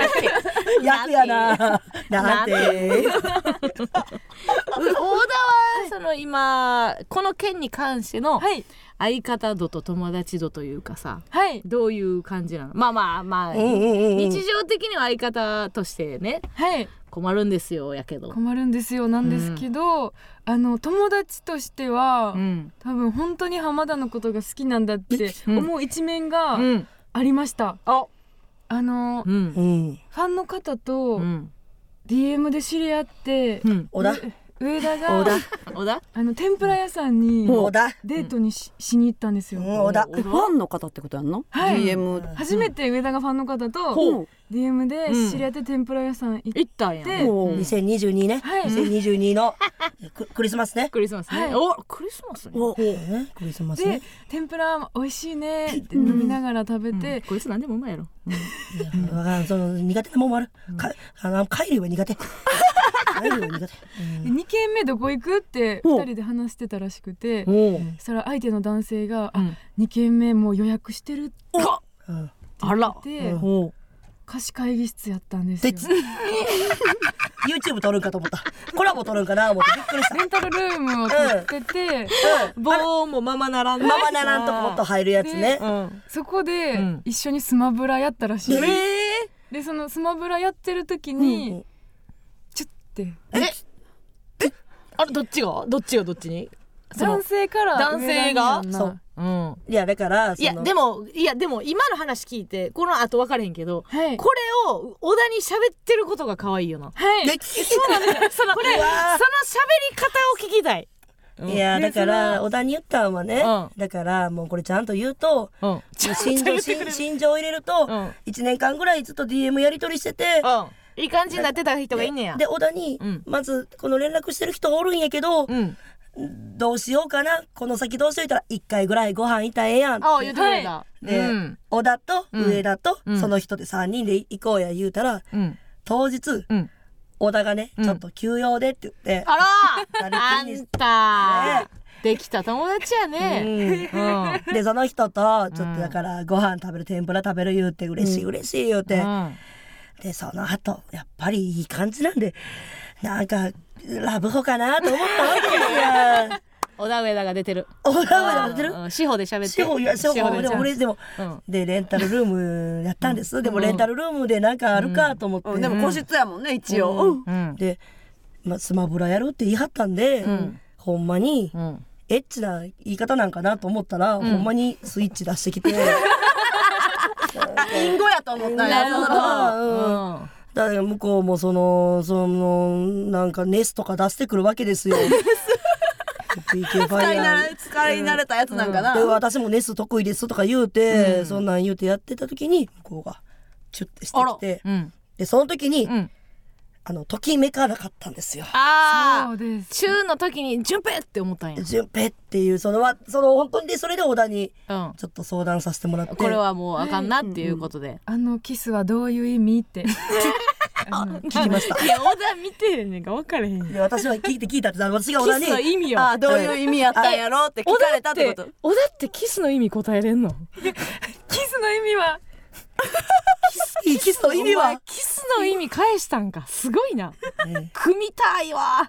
役やな。なんて。
大田は その今この件に関しての
はい
相方度と友達度というかさ
はい
どういう感じなのまあまあまあ
うんうんうんうん
日常的には相方としてね
はい
困るんですよやけど、
困るんですよなんですけど、あの友達としては、
うん
多分本当に浜田のことが好きなんだって
うん
思う一面が
うん
ありました。
あ
あ
う
の、フ
ん
うん。
ァンの方と
うん
DM で知り合って、
うん
小田。
上田が
小田
あの天ぷら屋さんに
小田。
デートにし,、しに行ったんです
う
よ。
ん小田。
ファンの方ってことやんの、
はい
DM
初めて上田がファンの方
ほ
と
う
DM で知り合って天ぷら屋さん行って、
行ったんや
で
ほう
2022ね。
はい
2022のククリスマスね。
クリスマスね、
はい
おクリスマスね
おねクリスマスね
で。天ぷら美味しいねって飲みながら食べて、
こいつ何でもうまいやろ
うんわからんその苦手なもんもある。かあの帰る は苦手。帰るは苦手。
で2軒目どこ行くって
ほう
2人で話してたらしくて
お
そしたら相手の男性が「
うん
あ2軒目もう予約してる」って
うん
あら
言って
お
貸し会議室やったんです
で
よ
つ YouTube 撮るんかと思った。コラボ撮るんかな思ってびっくりした。
レンタルルームを取ってて、
棒もままならん
ママならんとこもっと入るやつね。
うん
そこ
う
で
ん
一緒にスマブラやったらしい、でそのスマブラやってる時に、
うん
チュッて
あれどっちがどっちがどっちにその
男性から
男性が
上にやんな
そう
うん
いやだからそ
い
の
やでもいやでも今の話聞いてこの後分かれへんけど、
はい
これを小田に喋ってることが可愛いよな
はい
で
そうなんだよ そのこれその喋り方を聞きたい、
いやだから小田に言ったんはね、
うん
だからもうこれちゃんと言うと
うん
心情心心情を入れると
うん
1年間ぐらいずっと DM やり取りしてて、
いい感じになってた人がいんねや
で小田に、
うん
まずこの連絡してる人おるんやけど、
うん
どうしようかなこの先どうしといたら1回ぐらいご飯行ったらええやん
ああ言うてくれた、
で、
うん
小田と
うん
上田と
うん
その人で3人で行こうや言うたら
うん
当日、
うん
小田がね、
うん
ちょっと休養でって言って
あらあ
なりきりに
んたできた友達やねうんうん
でその人とちょっとだからご飯食べる天ぷら食べる言うて嬉しい嬉しい言うて、でその後やっぱりいい感じなんでなんかラブホかなと思ったわけですよ。
小田上田が出てる
おラブラブてる
うん司法で喋って
司法いや司
司法
法
で
でも俺でも、
うん
でレンタルルームやったんです、でもレンタルルームでなんかあるかと思って、
うんでも個室やもんね一応、うん
うん
で、まあ、スマブラやるって言い張ったんで、
ん
ほんまに
うん
エッチな言い方なんかなと思ったら、ほんまにスイッチ出してき て。
あインゴやと思ったんや
なるほど
うんだから向こうもそのそのなんかネスとか出してくるわけ ですよ。BK フ
使
ァイ
い
ヤ
な
ー
使い慣れたやつなんかな、
で私もネス得意ですとか言うて、そんなん言うてやってた時に向こうがチュッてしてきて
うん
でその時に、
ん
あのときめかなかったんですよ。
あ
そうです
中の時に順平って思ったんや、
順平っていうそのはその本当にでそれで小田に
うん、
ちょっと相談させてもらって
これはもうあかんなっていうことで、
あのキスはどういう意味って。あの
聞き ました。
いや小田見てんねんか分からへんキ
で私は聞いて聞いたって私が小田
ス
に
の意味を
あーどういう意味やったんやろって聞かれたってこと
小田ってキスの意味答えれんの
キスの意味は
キスの意味
お前
は
キスの意味返したんかすごいな
え
組みたいわ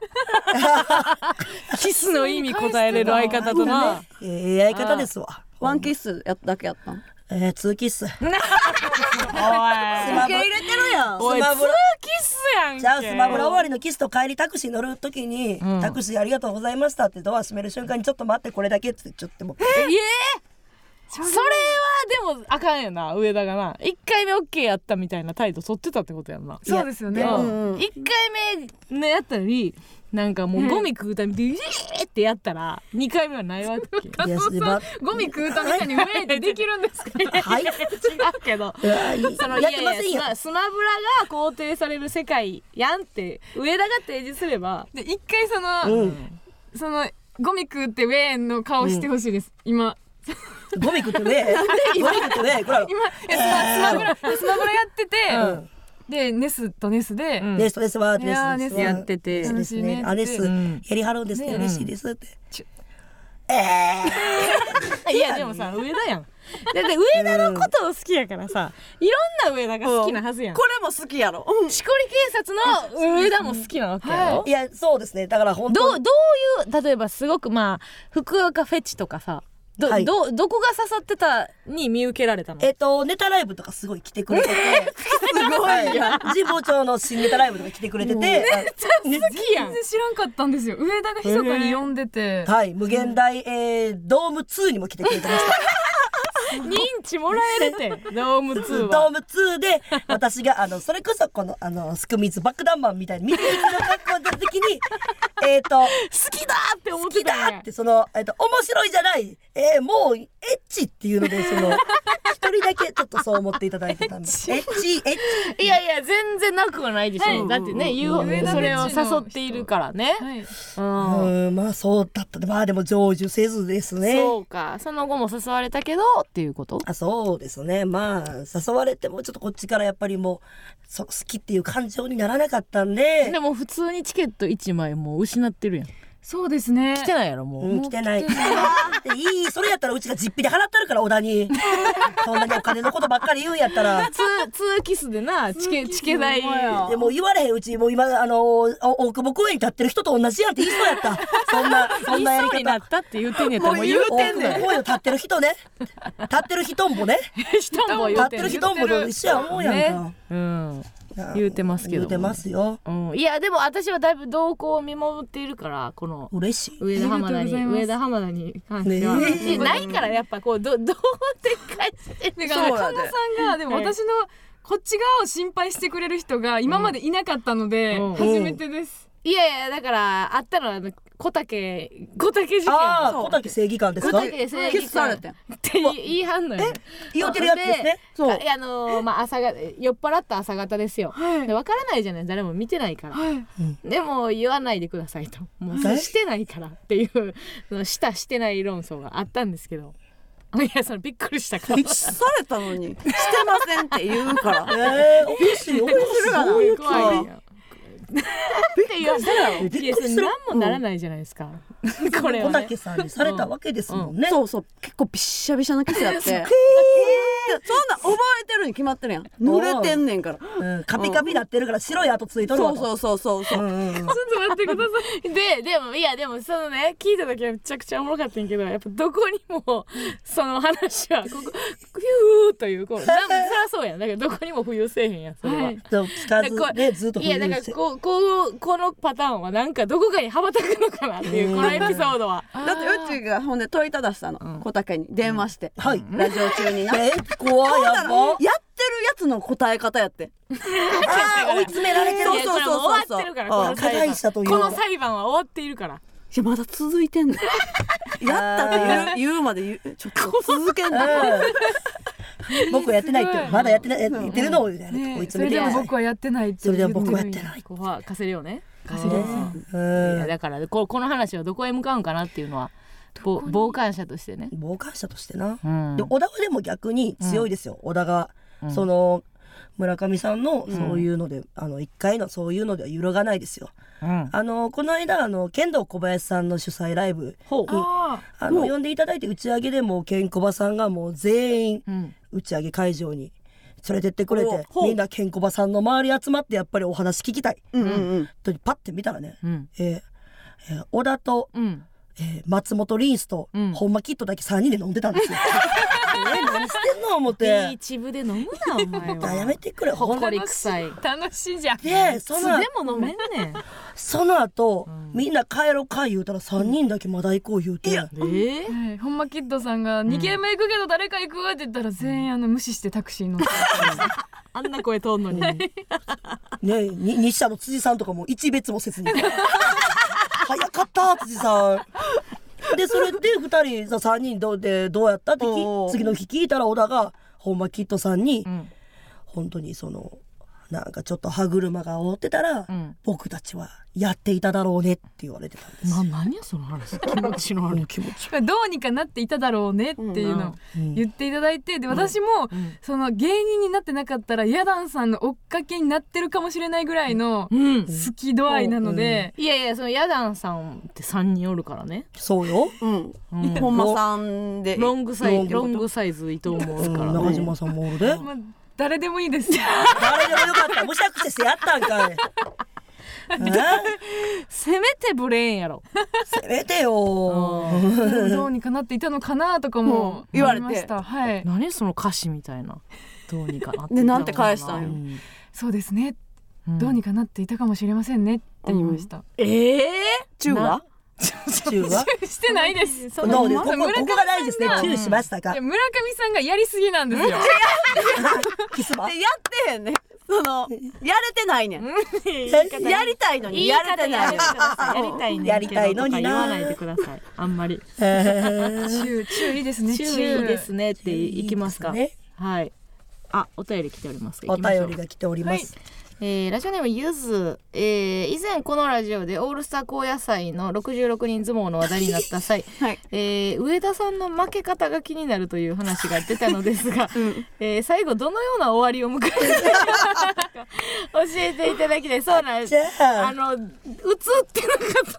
キスの意味答えれる相方とな
えええ相方ですわ。
ワンキスやだけやったん
ええツーキッ
お
ス。
い
受け入れてるやん
おいツ
スマ
ー
ブラ
キスやんけ
じゃあスマブラ終わりのキスと帰りタクシー乗るときに、タクシーありがとうございましたってドア閉める瞬間にちょっと待ってこれだけってちょっともう
えそれはでもあかんよな上田がな1回目 OK やったみたいな態度取ってたってことやんな
そうですよね。
うん1回目ねやったのになんかもうゴミ食うためで「イエー!」ってやったら2回目はないわけ
いやそれば
ゴミ食うたみたいにウェイでできるんですか。
はい。
違うけど
うわ いいやって
そ
ま
の
せん
い
よ
やい。やスマスマブラが肯定される世界やんって上田が提示すれば
で一回その、そのゴミ食うってウェイの顔してほしいです。今
ゴミ食ってね。ゴミ食ってね。これ。
今いやスマスマブラスマブラやってて、でネスとネスで、
ん
ね、それですわ、です。
やーですや
ってて
ですですね。あ
楽しいね
れ
っ
ってす。やりはるんですね。嬉しいですって。
いやでもさ上田やんだって上田のことを好きやからさいろんな上田が好きなはずやん
これも好きやろうん
しこり警察の上田も好きなわけやろ
いや、そうですね。だから本
ど
当
う
に。
どういう例えばすごくまあ福岡フェチとかさど,、
はい
どどこが刺さってたに見受けられたの
えっと、ネタライブとかすごい来てくれてて。すごいや。神保町の新ネタライブとか来てくれてて。
好きやん
全然知らんかったんですよ。上田が密かに呼んでて、
はい。無限大、えードーム2にも来てくれてました。
認知もらえるてドーム
ド
2
ー
は
ム2で、私が、あの、それこそこの、あの、スクミズ爆弾マンみたいに、ミキミキの格好に出た時に、 えっと、
好きだって思っ
好
て
き
たんや
だってその、えっと、面白いじゃない、えーもうエッチっていうのでその一人だけちょっとそう思っていただいて たんですエッチエッチ
いやいや全然なくはないでしょ、だってね、言う
上田
それを
道の人
誘っているからね、
はい、
うん
うんまあそうだったまあでも成就せずですね
そうかその後も誘われたけどっていうこと
あそうですねまあ誘われてもちょっとこっちからやっぱりもうそ好きっていう感情にならなかったんで
でも普通にチケット1枚もう失ってるやん来
そうですね。
てないやろもう、
うん、来てない。で いい、それやったらうちが実費で払ってるから、小田 に。そんなにお金のことばっかり言うんやったら。
ツーツーキスでなチケチケ代
でもう言われへんうちもう今あのお大久保公園に立ってる人と同じやんって言いそうやったそんなそんなやり
そうにな
方
ったって言うてんねやったらもう言う
大久保公園に立ってる人ね立ってる人んぼね
人も言
立
う
っ
て
て
ん
る
ねん
人んぼと一緒や思うやんか、
うん
いや
言うてますけど
言
も
うてますよ
うん、いやでも私はだいぶ動向を見守っているからこの
嬉しい
上田浜田に
ありがとうございます
上田浜田に関しては、
ね
ねないからやっぱこうどどう展開してる
だ
か
から
そうやで
神田さんがでも
はい
私のこっち側を心配してくれる人が今までいなかったので
うん
初めてです。
いやいやだからあったのはあの小竹小竹事件
ああ
そう
小竹正義感です
小
か
竹正
キス
義
さ
感
れ
って
ん
て言い言いはんのよ
言うてるやつですね
そうでああのーまあ朝が酔っ払った朝方ですよ、
はい
で分からないじゃない誰も見てないから、
はい。
でも言わないでくださいともう
はい
してないからっていうそのしたしてない論争があったんですけどいやそのびっくりしたから
キスされたのにしてませんって言うから
ええー、おかしいおかしいそういう気
怖い
分
よって言われたらい
びっくり
や
す
それ
る
何もならないじゃないですか これは
小
ね
竹さんにされたわけですもんね、
そうそう結構びっしゃびしゃなキスやってそんな覚えてるに決まってるやん濡れてんねんから
うんカピカピなってるから白い跡ついとるわ
そう
と
そうそうそうそう
うんうん
ちょっと待ってくださいででもいやでもそのね聞いた時はめちゃくちゃおもろかったんやけどやっぱどこにもその話はここふゆーというこうなんそりゃそうやんだからどこにも浮遊せえへんやんそれは。
はい
そう聞
だか
か
ら
ず
こ
でずっと
いやだから
して
こうこうこのパターンはなんかどこかに羽ばたくのかなっていうこのエピソードは。
だってうちがほんで問いただしたの、小竹に電話して、
はい
ラジオ中にな
えー怖いや
やってる
ば
やつの答え方やって
あー追い詰められてる
そう
いやこれもう終わってるから
そう
こ
そう
の
加害
裁
者
判こ
という
の裁判は終わっているから。
いやまだ続いてんのやったって言う言うまで言うちょっと続けんの
うん僕はやってないって
すごい
まだやってないやってるのをやるとこいつ
そ
見
れ
て
で
くだ
も
さい
僕はやってないって
それで
言
も
って
僕はやって
るんや
ない
ここは稼るよね
稼
ね
る
うん
いやだからここの話はどこへ向かうんかなっていうのはぼ傍観者としてね、
傍観者としてな、
うん
で小田はでも逆に強いですよ、小田が、
うん
その村上さんのそういうので、あの一回のそういうのでは揺るがないですよ
うん
あのこの間あの剣道小林さんの主催ライブ
ほう
あ
あの呼んでいただいて打ち上げでもうケンコバさんがもう全員
うん
打ち上げ会場に連れてってくれて
ほう
みんなケンコバさんの周り集まってやっぱりお話聞きたい
うんうんうん
とパッて見たらね、
うん
えーえー小田と、
うん
えー松本リンスと、
うん
本間キットだけ3人で飲んでたん ですよ。えー何してんの思っ
ビー
て。
チ部で飲むなお前
あ
は
やめてくれほ
ほ
ん
っ
ま
こ
に
り臭いい
あ楽しいじゃん
でそ
つ
の
でも飲めんねん
その後、
うん
みんな帰ろうか言うたら3人だけまだ行こう言うて、
えー
はい、ほんまキッドさんが2軒目行くけど誰か行くって言ったら全員あの無視してタクシーに乗って
あんな声通んのに
ねに西田の辻さんとかも一別もせずに早かった辻さんでそれで2人さ3人どうでどうやったってき
おー
次の日聞いたら小田が本間キッドさんに、
ん
本当にそのなんかちょっと歯車が覆ってたら、
ん
僕たちはやっていただろうねって言われてたんです
な何やその話気持ちの
あ
悪い
の気持ち、
たどうにかなっていただろうねっていうのを
うん
言っていただいてで私も
ん
その芸人になってなかったらヤダンさんの追っかけになってるかもしれないぐらいの
うん
好き度合いなので、
いやいやそのヤダンさんって三人おるからね、
そうよ、
うん
うん
本間さんで
ロングサイズ
ロ
ロ
ン
ングサイズ伊藤もお
うん
るから、
中島さんもおるで
まあ、誰でもいいです
誰でもよかったむしゃくしゃしてやったんかいね
せめてブレーンやろ
せめてよ
どうにかなっていたのかなとか
う
も
ん言われて
思いましたはい
何その歌詞みたいなどうにかなって
でなんて返したんよ
ん
そうですねどうに
か
かなっていたかもしれませんねって言いました、
ええ
中は
中は
してないです
そ
どうでここ
村上さ
こ
ん
こが大事ですね
が
チューしましたか
いや村上さんがやりすぎなんですよ。
キスマ
でやってへんねんそ のやれてないねんやりたいの
言
に
い
や
方
れて
や
ない
めてくださいやりたいねんけど
やりたいのに
とか
な
言わないでくださいあんまり
注注意ですね。
注意ですねっていきますか
いいですね
はいあお便り来ております行
お
きましょ
便
う
りが来ております
えーラジオネームゆず、えー以前このラジオでオールスター高野菜の66人相撲の話題になった際、
はい
えー上田さんの負け方が気になるという話が出たのです が、えー最後どのような終わりを迎えていたのか教えていただきたいそうなんです
じゃ
あ
あ
の映ってなか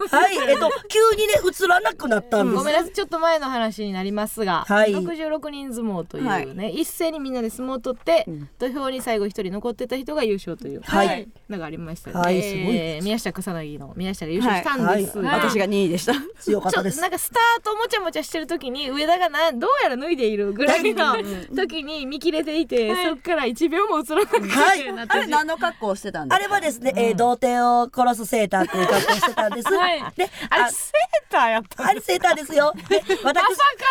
った
はいえっと急にね映らなくなったんで
ご
す
めんなさいちょっと前の話になりますが、
はい
66人相撲という
はい
ね、一斉にみんなで相撲を取って、土俵に最後一人残ってた人が優勝という
はい
のがありましたね、
はいすごい
えー宮下草薙の宮下が優勝したんですが、
はい
私が2位でした
強かっ
ちょ
た
っ
で
と
す
なんかスタートもちゃもちゃしてる時に上田がなどうやら脱いでいるぐらいの時に見切れていて、そっから1秒も映らなくて、
はい
なって
あれ何の格好をしてたんだ
あれはですね、えー童貞を殺すセーターという格好をしてたんです。
はい
で、
あ
あ
れセーターやった
あれセーターですよ。で、
ま
私、
さ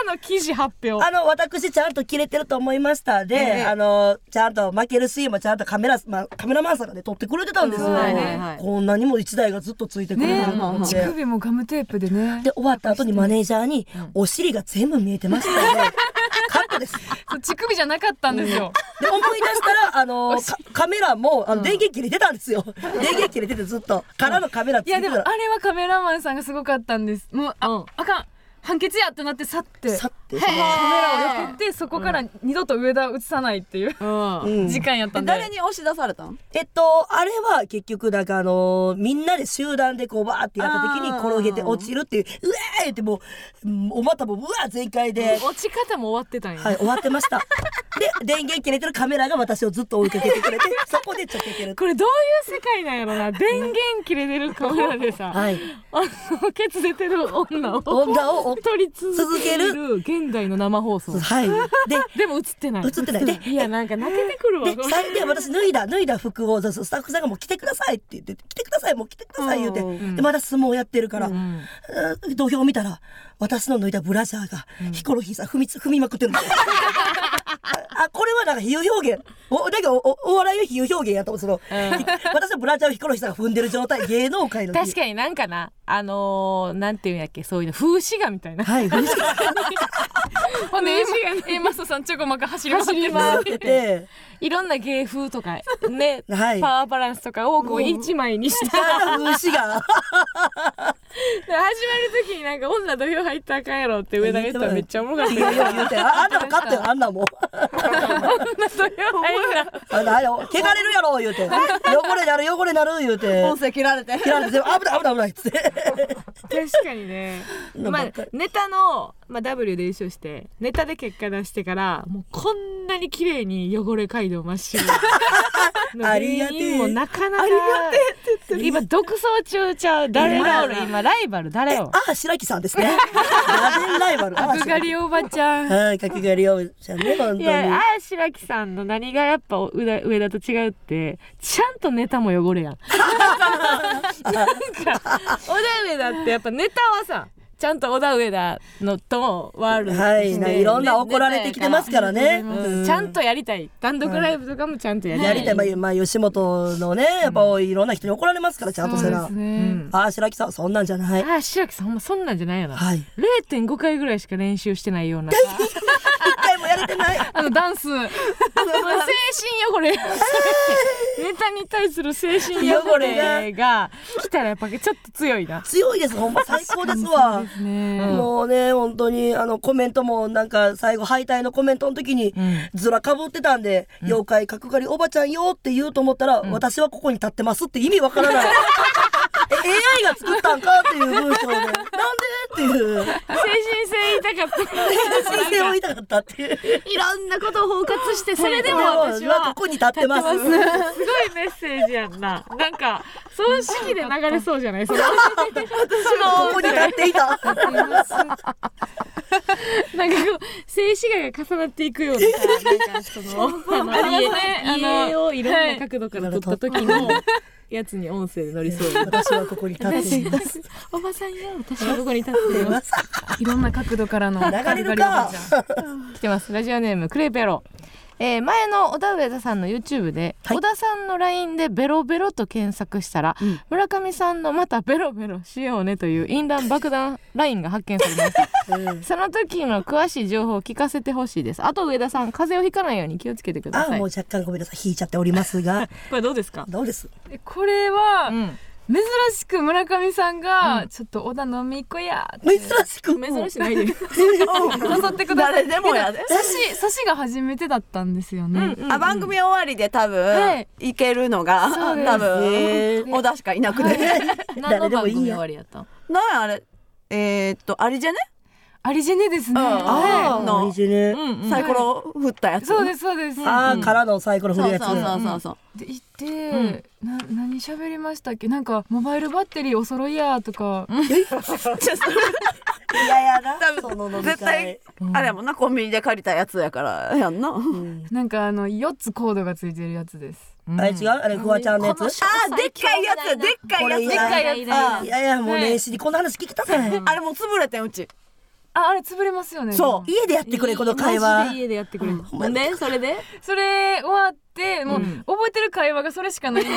かの記事発表。
あの、私ちゃんと切れてると思いましたで、
ええ
あの、ちゃんと負けるシーンもちゃんとカメラ、まあ、カメラマンさんがね、撮ってくれてたんですよ。
はいはいはい
こんなにも一台がずっとついてくれてるの
ね
で
乳首もガムテープでね。
で、終わった後にマネージャーに、お尻が全部見えてましたので、カットです。
そう乳首じゃなかったんですよ。
で、思い出したら、あの、かカメラも、あの、電源切れてたんですよ。電源切れててずっと、からのカメラつ
い
い
や
て
で
た
もあ
ら、
れはカメラマンさんがすごかったんです。もうあ、あかん判決やってなって去って。
さって、
カメラをよけてそこから二度と上田を映さないっていう
うん
うん
時間やった
え
んで、
誰に押し出されたの
えっと、あれは結局、なんかあのーみんなで集団でこう、バーってやった時に
あー
転げて落ちるっていう、うわーってもう、うんお股もうわー全開で、
落ち方も終わってたんや、
はい、終わってました。で、電源切れてるカメラが私をずっと追いかけてくれて、そこでちょけてる。
これどういう世界なんやろな電源切れてるカメラでさ、
はい。
あのケツ出てる女を
女を追っ
撮り続け
続
る現代の生放送
はい。で、
でも映ってない
映ってないで
いやなんか泣けてくるわ
で、最で私脱いだ、脱いだ服を、そうスタッフさんがもう着てくださいって言って、着てください、もう着てください言うて、
う
で、まだ相撲やってるから、うん土俵見たら、私の脱いだブラジャーがヒコロヒーさん踏みつ、踏みまくってるんですよ あ、これはなんか比喩表現。お、なんかお、おお笑いの比喩表現やと思う。その、ひ私はブラジャーをヒコロヒーさんが踏んでる状態、芸能界の。
確かになんかなあのー、なんていうんやっけそういうの風刺画み たいな
はい、踏ん
ほんで、エマストさん、ちょこまか走ります。
走り回っ
で
てて
て。
いろんな芸風とかね、
はい
パワーバランスとかをこう一枚にした
だから
で
風刺が。
始まる時になんか女土俵入ったらあかんやろって上田が言ったらめっちゃおもろかった
いやいや言うてああんたも勝ったよあんなもん
女土俵入った
あのあれ汚れるやろ言うて汚れなる汚れなる言うて
音声切られて
切られて全部危ない危ない危ないっつって
確かにね
の
ま
ば
あ
っかり
ネタの、まあ、W で優勝してネタで結果出してからもうこんなに綺麗に汚れ街道真っ白の
ありがてえ
芸人もなかなか今独走中ちゃう誰がおる今ライバル誰よ
あ白木さんですねラベンライバルあ
角刈りおばちゃん
はい角刈りおばちゃんね本当
い
に
や、あやしらきさんの何がやっぱうだ上田と違うって、ちゃんとネタも汚れやん。なんか、小田上田ってやっぱネタはさ、ちゃんと小田上田のとワールドと
はい
して
いろんな怒られてきてますからね
うんちゃんとやりたい。単独ライブとかもちゃんとやりた
や
い。
りたいまあまあ吉本のねやっぱいろんな人に怒られますからちゃんとせなあ白木さんはそんなんじゃない
あやしらきさんほんまそんなんじゃないよな。
はい
0.5回ぐらいしか練習してないような。
一回もやれてない
あの、ダンス。
もう精神汚れネタに対する精神汚れが来たらやっぱちょっと強いな
強いですほんま最高ですわ
ね
もうね、本当に、あの、コメントも、なんか、最後、敗退のコメントの時に、ずらかぶってたんで、妖怪角刈りおばちゃんよって言うと思ったら、私はここに立ってますって意味わから ない。え AI が作ったんかっていう文章で、なんでってい
精
う、
神性痛かった
申請を言いたかったっていう。
いろんなことを包括してそれでも
私
私
は
は
ここに立ってます。
すごいメッセージやんななんか葬式で流れそうじゃないその
ここに立っていた。
なんかこう静止画が重なっていくようななんかそのあの
り
家
ますねあの
家をいろんな角度から撮った時のやつに音声で乗りそう
私はここに立っています。
おばさんよ私はここに立っています
いろんな角度からの。
流れるか。
来てますラジオネームクレープ野郎えー前の小田上田さんの YouTube で、
はい
小田さんの LINE で「ベロベロ」と検索したら、村上さんの「またベロベロしようね」と いう淫乱爆弾 LINE が発見されました
うん
その時の詳しい情報を聞かせてほしいですあと上田さん風邪をひかないように気をつけてくだ
あ、
さい
もう若干ごめんなさい。引いちゃっておりますが、
これどうですか、
どうです
これは
う、ん、
珍しく村上さんが、ちょっと小田飲み行こうやって
珍しく。
珍 し いないで
誘ってください
誰でもやで
けど差し差しが初めてだったんですよね、
あ番組終わりで多
は
分
い
行けるのが
そうです
多分小田しかいなくて
何
誰
の
でも
番
い
組終
いや。
わりやったん
なんやあれえーっとあれじゃね
アリジェネですね、
うん
は
あ
の
の
いいじゃね
うんうん
サイコロ振ったや
い
つ
そうですそうです
あーからのサイコロ振
そ
る
う
やつ。
そうそうそうそう
で行って、な何喋りましたっけなんかモバイルバッテリーお揃いやとか、
いややな
多分
その飲み会
絶対あれやもんなコンビニで借りたやつやからやんな
なんかあの4つコードがついてるやつです
あれ違うあれフワちゃんのやつ
あーでっかいやつでっかいやつ
これいらん
でっか
い
い
ら
や
ん
い
つ
やいやもう年始にこんな話聞きたくない
あれもう潰れてんうち
ああれ潰れますよね
そう
でも
家でやってくれこの会
マ
話
ジで家でやってくれ、
まに
でそれで
それ終わっても
う
う、
ん
覚えてる会話がそれ しかないんで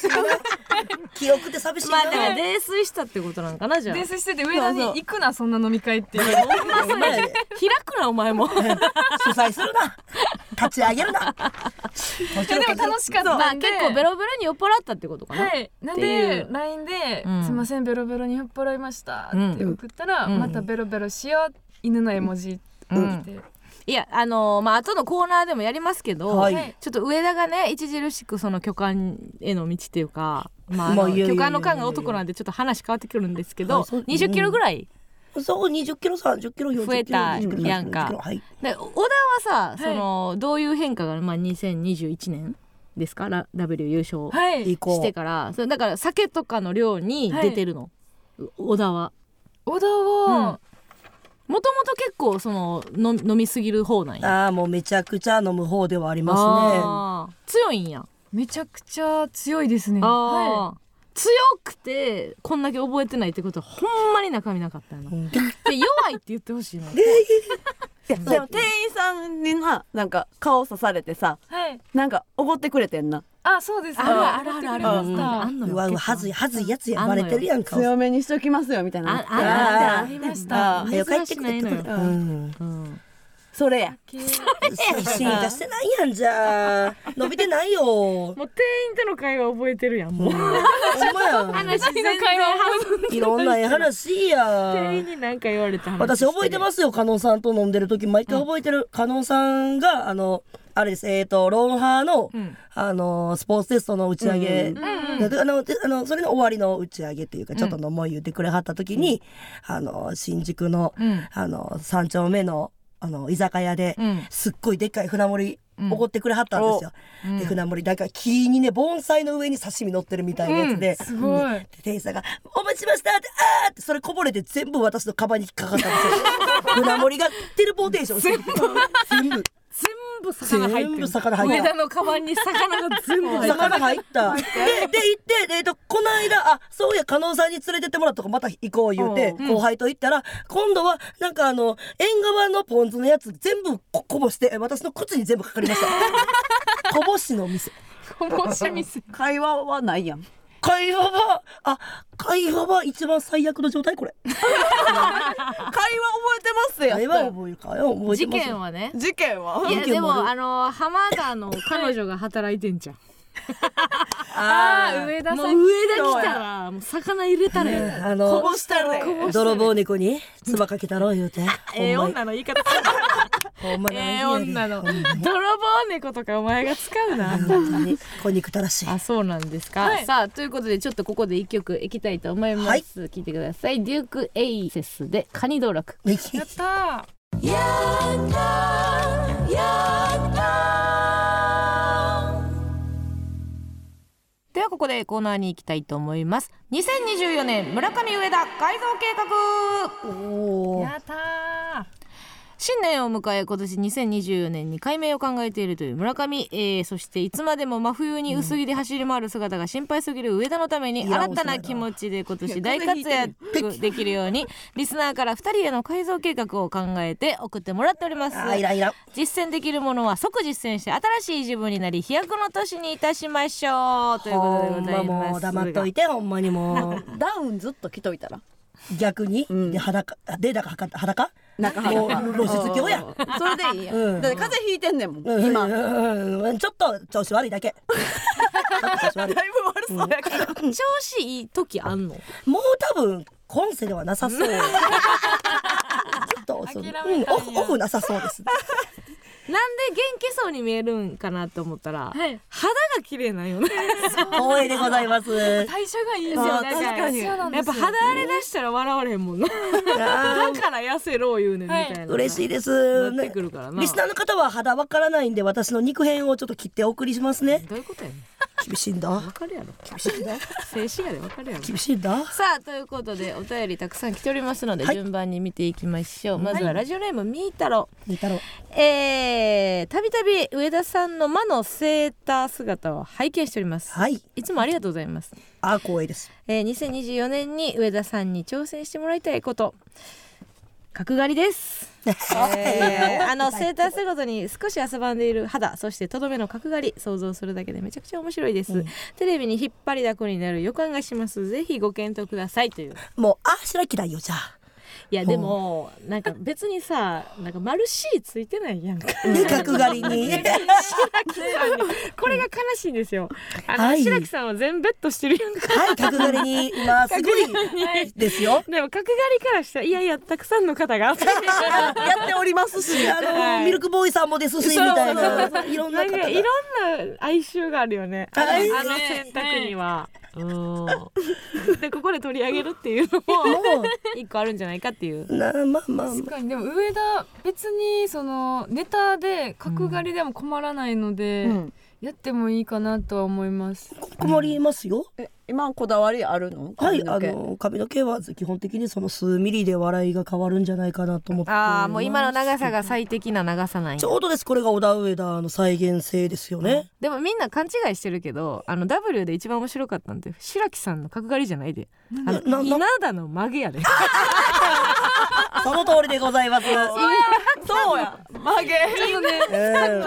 すよ
記憶って寂しいな
まあでも泥酔したってことなんかなじゃあ
泥酔してて上田に
そうそう
行くなそんな飲み会って言われて
お前らで
開くなお前も
主催するな立ち上げ るな
いやでも楽しかっ た
まあ
ん
結
で
構ベロベロに酔っ払ったってことかな、
はい、なん
ってい
で
う
LINE で、
うん
すいませんベロベロに酔っ払いました」って
うん
送ったら、
うん
またベロベロしよう犬の絵文字って
う
来
ん
て、
いやあのーまあ後のコーナーでもやりますけど、
はい
ちょっと上田がね著しくその巨漢への道っていうか、まあ、あ
まあ
の
いやいや
巨
いやいや
漢の漢が男なんでちょっと話変わってくるんですけ
は
ど
いそう
2 0キロぐらい、
そう20キロ30キロ40キロ
増えた
40キロ
やんか
40キロはい
で小田はさその、どういう変化が、まあ、2021年ですかラ W 優勝
はい
行こ
し
う
てからそれだから酒とかの量に出てるの、小田は。
小田は、
もともと結構そのの飲みすぎる方なんや。
ああもうめちゃくちゃ飲む方ではありま
あー強いんや。
めちゃくちゃ強いですね
あ
は
ー強くてこんだけ覚えてないってことはほんまに中身なかったよな。
すね
で弱いって言ってほしいの。
いやでも店員さんにななんか顔刺されてさ
はい
なんかおごってくれてんな
あそうです
あるあるあるある
あ
あ
り
ん
まし
のよ
た
あんの
う
よ
わうわ
結構
はずいはずいやつや
あんの
バレ
よ
てるやんか
強めにしときますよみたいな
ああ
ありまし
あ
た
ー
早く帰ってくれ
珍し
て
い
の
くる
よ
うん
うん
それや
一緒に出してないやんじゃあ伸びてないよほん
もう店員との会話覚えてるやん もう
まや
私の会話半分
いろんなええ話や
店員に何か言われた話
私覚えてますよ、加納さんと飲んでる時毎回覚えてる。加納さんが、あの、あれです、えっ、と、ロンハーの、
ん
あの、スポーツテストの打ち上げ、
うんうん
であのであの、それの終わりの打ち上げっていうか、ちょっと飲もう言ってくれはった時に、あの、新宿の、
うん
あの、三丁目の、あの、居酒屋で、
うん
すっごいでっかい船盛り、おごってくれはったんですよ。
うん
で、船盛り、だから木にね、盆栽の上に刺身乗ってるみたいなやつで、
すごい
で店員さんが「お待ちしました」って「あー」ってそれこぼれて全部私のカバンに引っかかったんですよ 船盛りがテレポーテーションしてる全
全
部
部魚入ってる
全部魚入
上
っ
田
た
のカバンに魚が全部 入ってる
魚入ったでで行って、えっとこの間あそうや加納さんに連れてってもらったからまた行こう言うて、後輩と行ったら今度はなんかあの縁側のポン酢のやつ全部ここぼしてえ私の靴に全部かかりました こぼしのお店
面白い店
会話はないやん
会話はあ会話は一番最悪の状態これ
会話覚えてますや
会話覚えるか会話覚えて
事
ますよ
件はね
事件はい
や
事
で
件もある
もあの浜田の彼女が働いてんじゃん
あー上田
も
さ
うん上田来たらもう魚入れたらよ
あ
こ
の
ぼしたね
泥棒猫に唾かけたろ言うて
ええ
ほんま
女の言い方
ほんまに
ええ女の泥棒猫とかお前が使うな
ほんまに小肉たらしい
あそうなんですか、
はい
さあということでちょっとここで一曲いきたいと思います、
はい
聞いてくださいデュークエイセスでカニ道楽
やったー
ではここでコーナーに行きたいと思います2024年村上上田改造計画
おー
やったー
新年を迎え今年2024年に改名を考えているという村上、えーそしていつまでも真冬に薄着で走り回る姿が心配すぎる上田のために
いや
新たな気持ちで今年大活躍できるようにリスナーから2人への改造計画を考えて送ってもらっております
あいらんいらん
実践できるものは即実践して新しい自分になり飛躍の年にいたしましょうということで
ほ
ござい
んま
ます
もう黙っといてほんまにもう
ダウンずっと着といたら
逆にで裸でだかはか裸
中
もう
が
露出狂や
それでいいや、
うん
ん、だって風邪ひいてんねんもん、
うん
今
う
だい
んうんちょっと調子悪いだけちょっと調子悪
ぶ
い
悪そうやから、
調子いい時あんの
もう多分今世ではなさそうちょっとその
諦
う
め
ん
たんや
オフオフなさそうです
なんで元気そうに見えるんかなと思ったら、
はい
肌が綺麗なんよね
光栄でございます
代謝がいいです
あ
よ
ー
ね
確かに
そうなんです
やっぱ肌荒れ出したら笑われへんもんなだから痩せろ言うねんみたいな、
嬉しいです
なってくるからな
リスナーの方は肌わからないんで私の肉片をちょっと切ってお送りしますね
どういうことやね
厳しいん
んわ
だ
かるやろ静止画でわかるやろ
厳しいん だ
さあということでお便りたくさん来ておりますので、
はい
順番に見ていきましょうまずはラジオネームみーたろう
みたろ
えーたびたび上田さんの魔のセーター姿を拝見しております、
はい
いつもありがとうございます
あー光栄です
えー、2024年に上田さんに挑戦してもらいたいこと角刈りです、えーあのセーター姿に少し汗ばんでいる肌そしてとどめの角刈り想像するだけでめちゃくちゃ面白いです、テレビに引っ張りだこになる予感がしますぜひご検討くださいという
もうあーしらきだよじゃあ
いやでもなんか別にさなんか丸 C ついてないやんか
で角刈りに
これが悲しいんですよあの、
はい
白木さんは全ベッドしてるやんか
はい角刈りに今すごいですよ
でも角刈りからしたらいやいやたくさんの方が
やっておりますし
あのーミルクボーイさんもですしみたいないろん
な
な
んか
方が
いろんな哀愁があるよね。あの
はい
あの選択には。うんでここで取り上げるっていうのも
も
一個あるんじゃないかっていう。
うなまあまあまあ
確かにでも上田別にそのネタで角刈りでも困らないので、
うん
やってもいいかなとは思います。
困りますよ
え今こだわりあるの
はい
髪の
あ
毛
の髪の毛は基本的にその数ミリで笑いが変わるんじゃないかなと思って
ああもう今の長さが最適な長さなん
ち
や。
ょうどですこれが小田上田の再現性ですよね
でもみんな勘違いしてるけどあの W で一番面白かったんで白木さんの角刈りじゃないであ
なな
の稲田の曲げやで。
その通りでございます。
そうや曲げ
ちょっとね角刈りで上書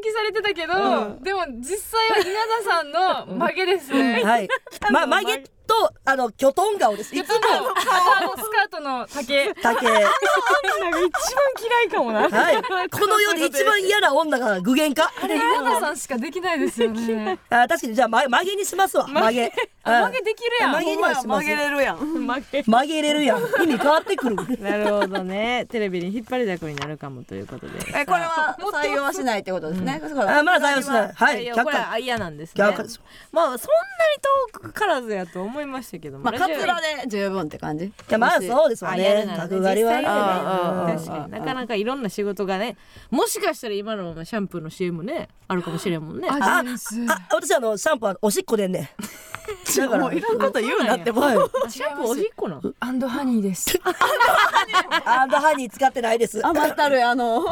きされてたけど、でも実際は稲田さんの曲げですね。
はい。ま、曲げと、あの、キョトン顔です。いつも
ちょっとあのスカートの丈。
竹。
なんか一番嫌いかもな
はい。この世で一番嫌な女が具現化。
あれ稲田さんしかできないですよね。
あ、確かに、じゃあ、ま、曲げにしますわ。曲げ。うん
曲げできるやん。
曲げにはしま
曲
す
げ。れるやん
曲げれるやん。意味変わってくる。
なるほどねテレビに引っ張りだこになるかもということで
えこれは採用はしないってことですね、そう
あ、まだ採用しない。はいい。
や
却
これ
下。
は嫌なんですね
却下です。
まあそんなに遠くからずやと思いましたけども
まあカ
ラジ
ツ
オ
ラで十分って感じ
いや、まあ、そうですわ
あやる
ね
な。らね
角刈りは
実際
は
ね。うん
確かになかなかいろんな仕事がねもしかしたら今のシャンプーの CM ねあるかもしれんもんね
あ、です。
あ、私、あの、シャンプーはおしっこでんね。だから。
もういろんなこと言うなってもう
はい。
シャンプーおしっこなの
アンドハニーです。
アンドハニー使ってないです。
余ったるいあの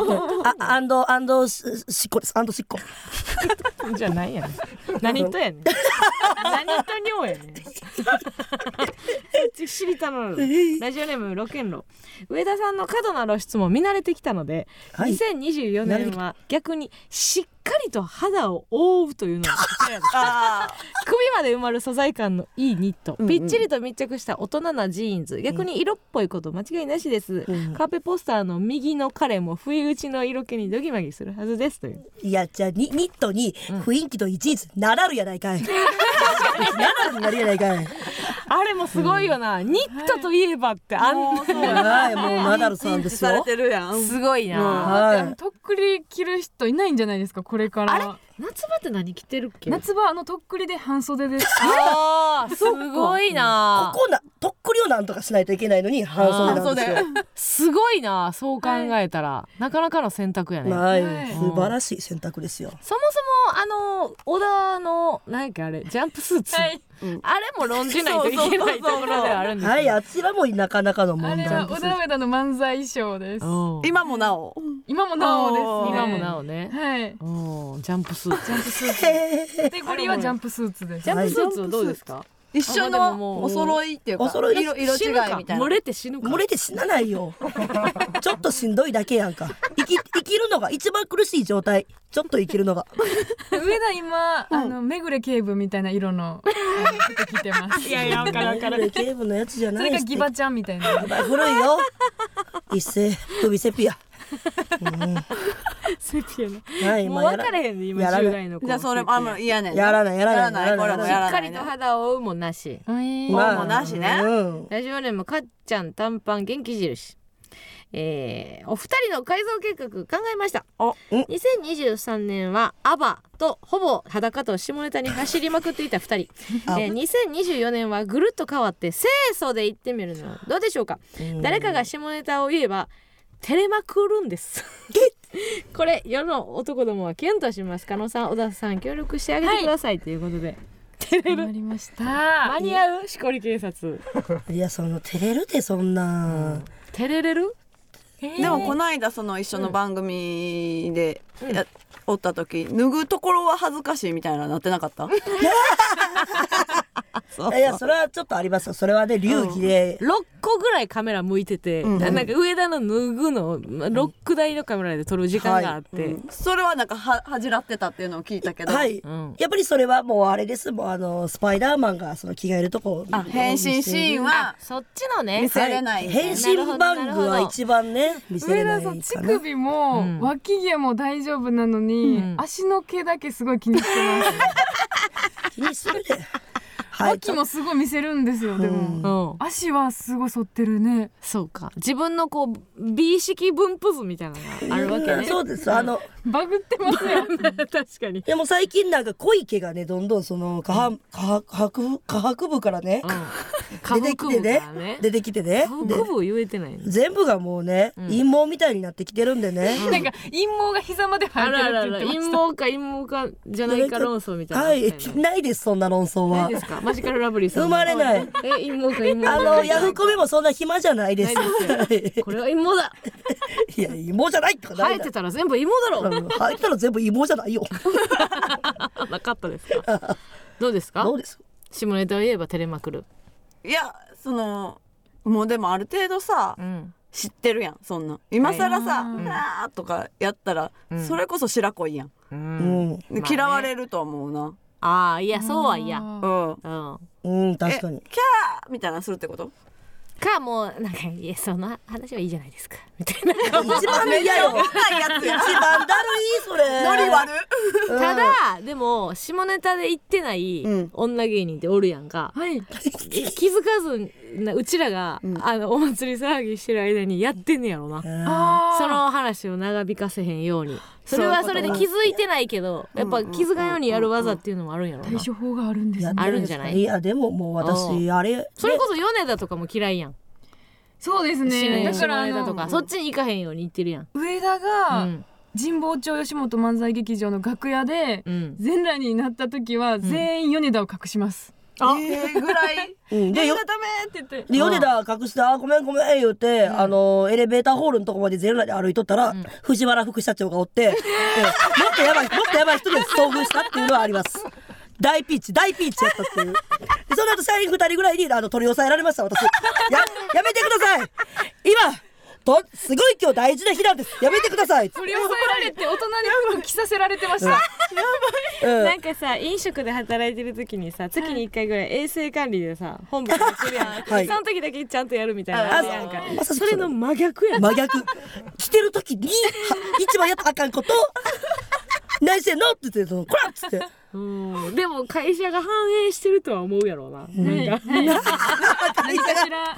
あ、アンド、アンドし、しっこです。アンドしっこ。
じゃないやねん何とやねん何と尿やね ん知りたのよラジオネームロケンロ上田さんの過度な露出も見慣れてきたので、
はい
2024年は逆にしっかりと肌を覆うと いうのをこちらです
あ
首まで埋まる素材感のいいニット、ぴっちりと密着した大人なジーンズ逆に色っぽいこと間違いなしです、カーペポスターの右の彼も不意打ちの色気にドギマギするはずですという
いや、じゃあ、ニニットに雰囲気と一日ならるやないかい。ならるなるやないかい。
あれもすごいよな、ニットといえばってあん
もうそうや
はい、もうナダルさんです
され
よ。
てるやん
すごいな、
は
とっくり着る人いないんじゃないですかこれから。
夏場って何着てるっけ
夏場あのとっくりで半袖です。
あーすごい
い。
な
ここな、とっくりをなんとかしないといけないのに、半袖なんですよ。
すごいなそう考えたら、なかなかの選択やね、
はい
はい、
素晴らしい選択ですよ。
そもそもあの小田の何やっけあれジャンプスーツ、
はい。
あれも論じないといけないところではあるんですよ
はい、あちらもなかなかの
あ
問
れ
題
は
で
小
す。
田上田の漫才衣装です。
うん
今もなお
今もなおです、ね。
今もな
お。
おね、
はい。
うんジャンプスーツジャンプスーツ
カテゴリーはジャンプスーツです。
ジャンプスーツはどうですか
一緒
あでもも
の
う
お揃いっていうか
お揃いです
色色違
死ぬ
い
か
みたい
漏
な
れて死ぬか
漏れて死なないよ。ちょっとしんどいだけやんか。生き、生きるのが一番苦しい状態。ちょっと生きるのが。
上田今、あのめぐれ警部みたいな色のあの服着て ます。いやいや、わ か
ゲームのやつじゃ
そ
な
れ
い
が
し
ギバちゃんみたいな。
古いよ。一世、首セピア。
セピアの
はい、
もう
まあ
分かれへんね今
やらない
10代の子
じゃあそれもあんま嫌ねん
やらないやらない
やらないこれもや
し
らな
っか
い
り
ね
と肌を覆うもなし
まあ
もうなしね
うん
ラジオネームかっちゃん短パン元気印えー、お二人の改造計画考えました
お
2023年はアバとほぼ裸と下ネタに走りまくっていた 二人、えー、2024年はぐるっと変わって清楚で行ってみるのはどうでしょうか誰かが下ネタを言えば照れまくるんです これ世の男どもはキュンとします加納さん小田さん協力してあげてください、ということで
頑張りました
間。に合うしこり警察
いや、その、照れるで、そんな。
照れれる
でもこの間その一緒の番組でやおった時脱ぐところは恥ずかしいみたいななってなかったそう
いや、それはちょっとありますよ。それはね、流儀で。
6個ぐらいカメラ向いてて、なんか上田の脱ぐのをロック台のカメラで撮る時間があって、
うんそれはなんかは恥じらってたっていうのを聞いたけど、
はい、
ん
やっぱりそれはもうあれです。もうあの、スパイダーマンがその着替えるとこ。
あ変身シーンは
そっちのね
見せれないみたい
変
な
身番組は一番ね、見せ
上
れな
田
いか
さ
な。
ん乳首も、
ん
脇毛も大丈夫なのに、
うん
足の毛だけすごい気にして ます。
気にするね。 はい、
脇もすごい見せるんですよ。でも、
うん
足はすごい反ってるね。
そうか自分のこう美意識分布図みたいなのがあるわけ
うん
ね
そうです。あの、
バグってますよ。
確かに
でも最近なんか濃い毛がね、どんどんその、下半、下白部、下白部からね、
下
出て
腹
き
部
て
か
ね
らね、
出てきてね
下、
で
腹部言えてないね
全部がもうね、陰謀みたいになってきてるんでね。
なんか陰謀が膝まで生
あ
えて
らあ
る
ら
っ
あ
て言
ら
っ
陰
てました。
謀か陰謀かじゃないか論争みたいな
は
のあ
い
った、よね
ないです、そんな論争
ない
は
で。すかマジカルラブリーさん
生まれない。
え陰謀か陰謀か
あの、ヤフコメもそんな暇じゃないです。
ないこれは陰謀だ
いや、芋じゃないとか
生
誰
え
だ
てたら全部芋だろ
うん入ったら全部芋じゃないよ。
あなかったですかどうですか
どうです
下ネタを言えば照れまくる
いやそのもうでもある程度さ、
うん
知ってるやんそんな今更さ
は
「
い
あー」とかやったら、
うん
それこそ白子いやん、
う
うんん、
で
まあね
嫌われると思うな、
ああいやそうはいや
あ
う
ー
ん
うん
うん、確かに
えキャーみたいなのするってこと
かもうなんかいやその話はいいじゃないですかみたいな
一番嫌よ
若いやつやん
一番だるいそれ
ノリ悪
うん
ただでも下ネタで言ってない
うん
女芸人っておるやんか、
はい
気づかずになうちらが、あのお祭り騒ぎしてる間にやってんねやろな
あー
その話を長引かせへんようにそれはそれで気づいてないけどやっぱ気づかんようにやる技っていうのもあるんやろな
対処法があるんですね
あるんじゃない
いやでももう私あれ
それこそ米田とかも嫌いやん
そうですね
下
だ
下
からあ
ネタとかそっ
の
ちに行かへんように言ってるやん
上田
う
が
ん
神保町吉本漫才劇場の楽屋で
うん
全裸になった時は全員米田を隠します
いえーぐらい
うんでよ
ダメって言って
で米田隠して「あごめんごめん」言うて、あのエレベーターホールのとこまで全裸で歩いとったら、藤原副社長がお って、ええもっとやばいもっとやばい人に遭遇したっていうのはあります大ピンチ大ピンチやったっていうでその後社員2人ぐらいにあの取り押さえられました私ややめてください今とすごい今日大事な日なんですやめてくだ さい、
取り押さえられて大人に服着させられてました
うん
なんかさ飲食で働いてる時にさ月に1回ぐらい衛生管理でさ本部やって るやん、
はい
その時だけちゃんとやるみたいな
あ
あるやんか
まさし
そ
く
れの真逆やん
真逆来てる時には一番やったらあかんこと何してんのって言ってその「こら!」っつって
うんでも会社が反映してるとは思うやろうな、
会社が
こちら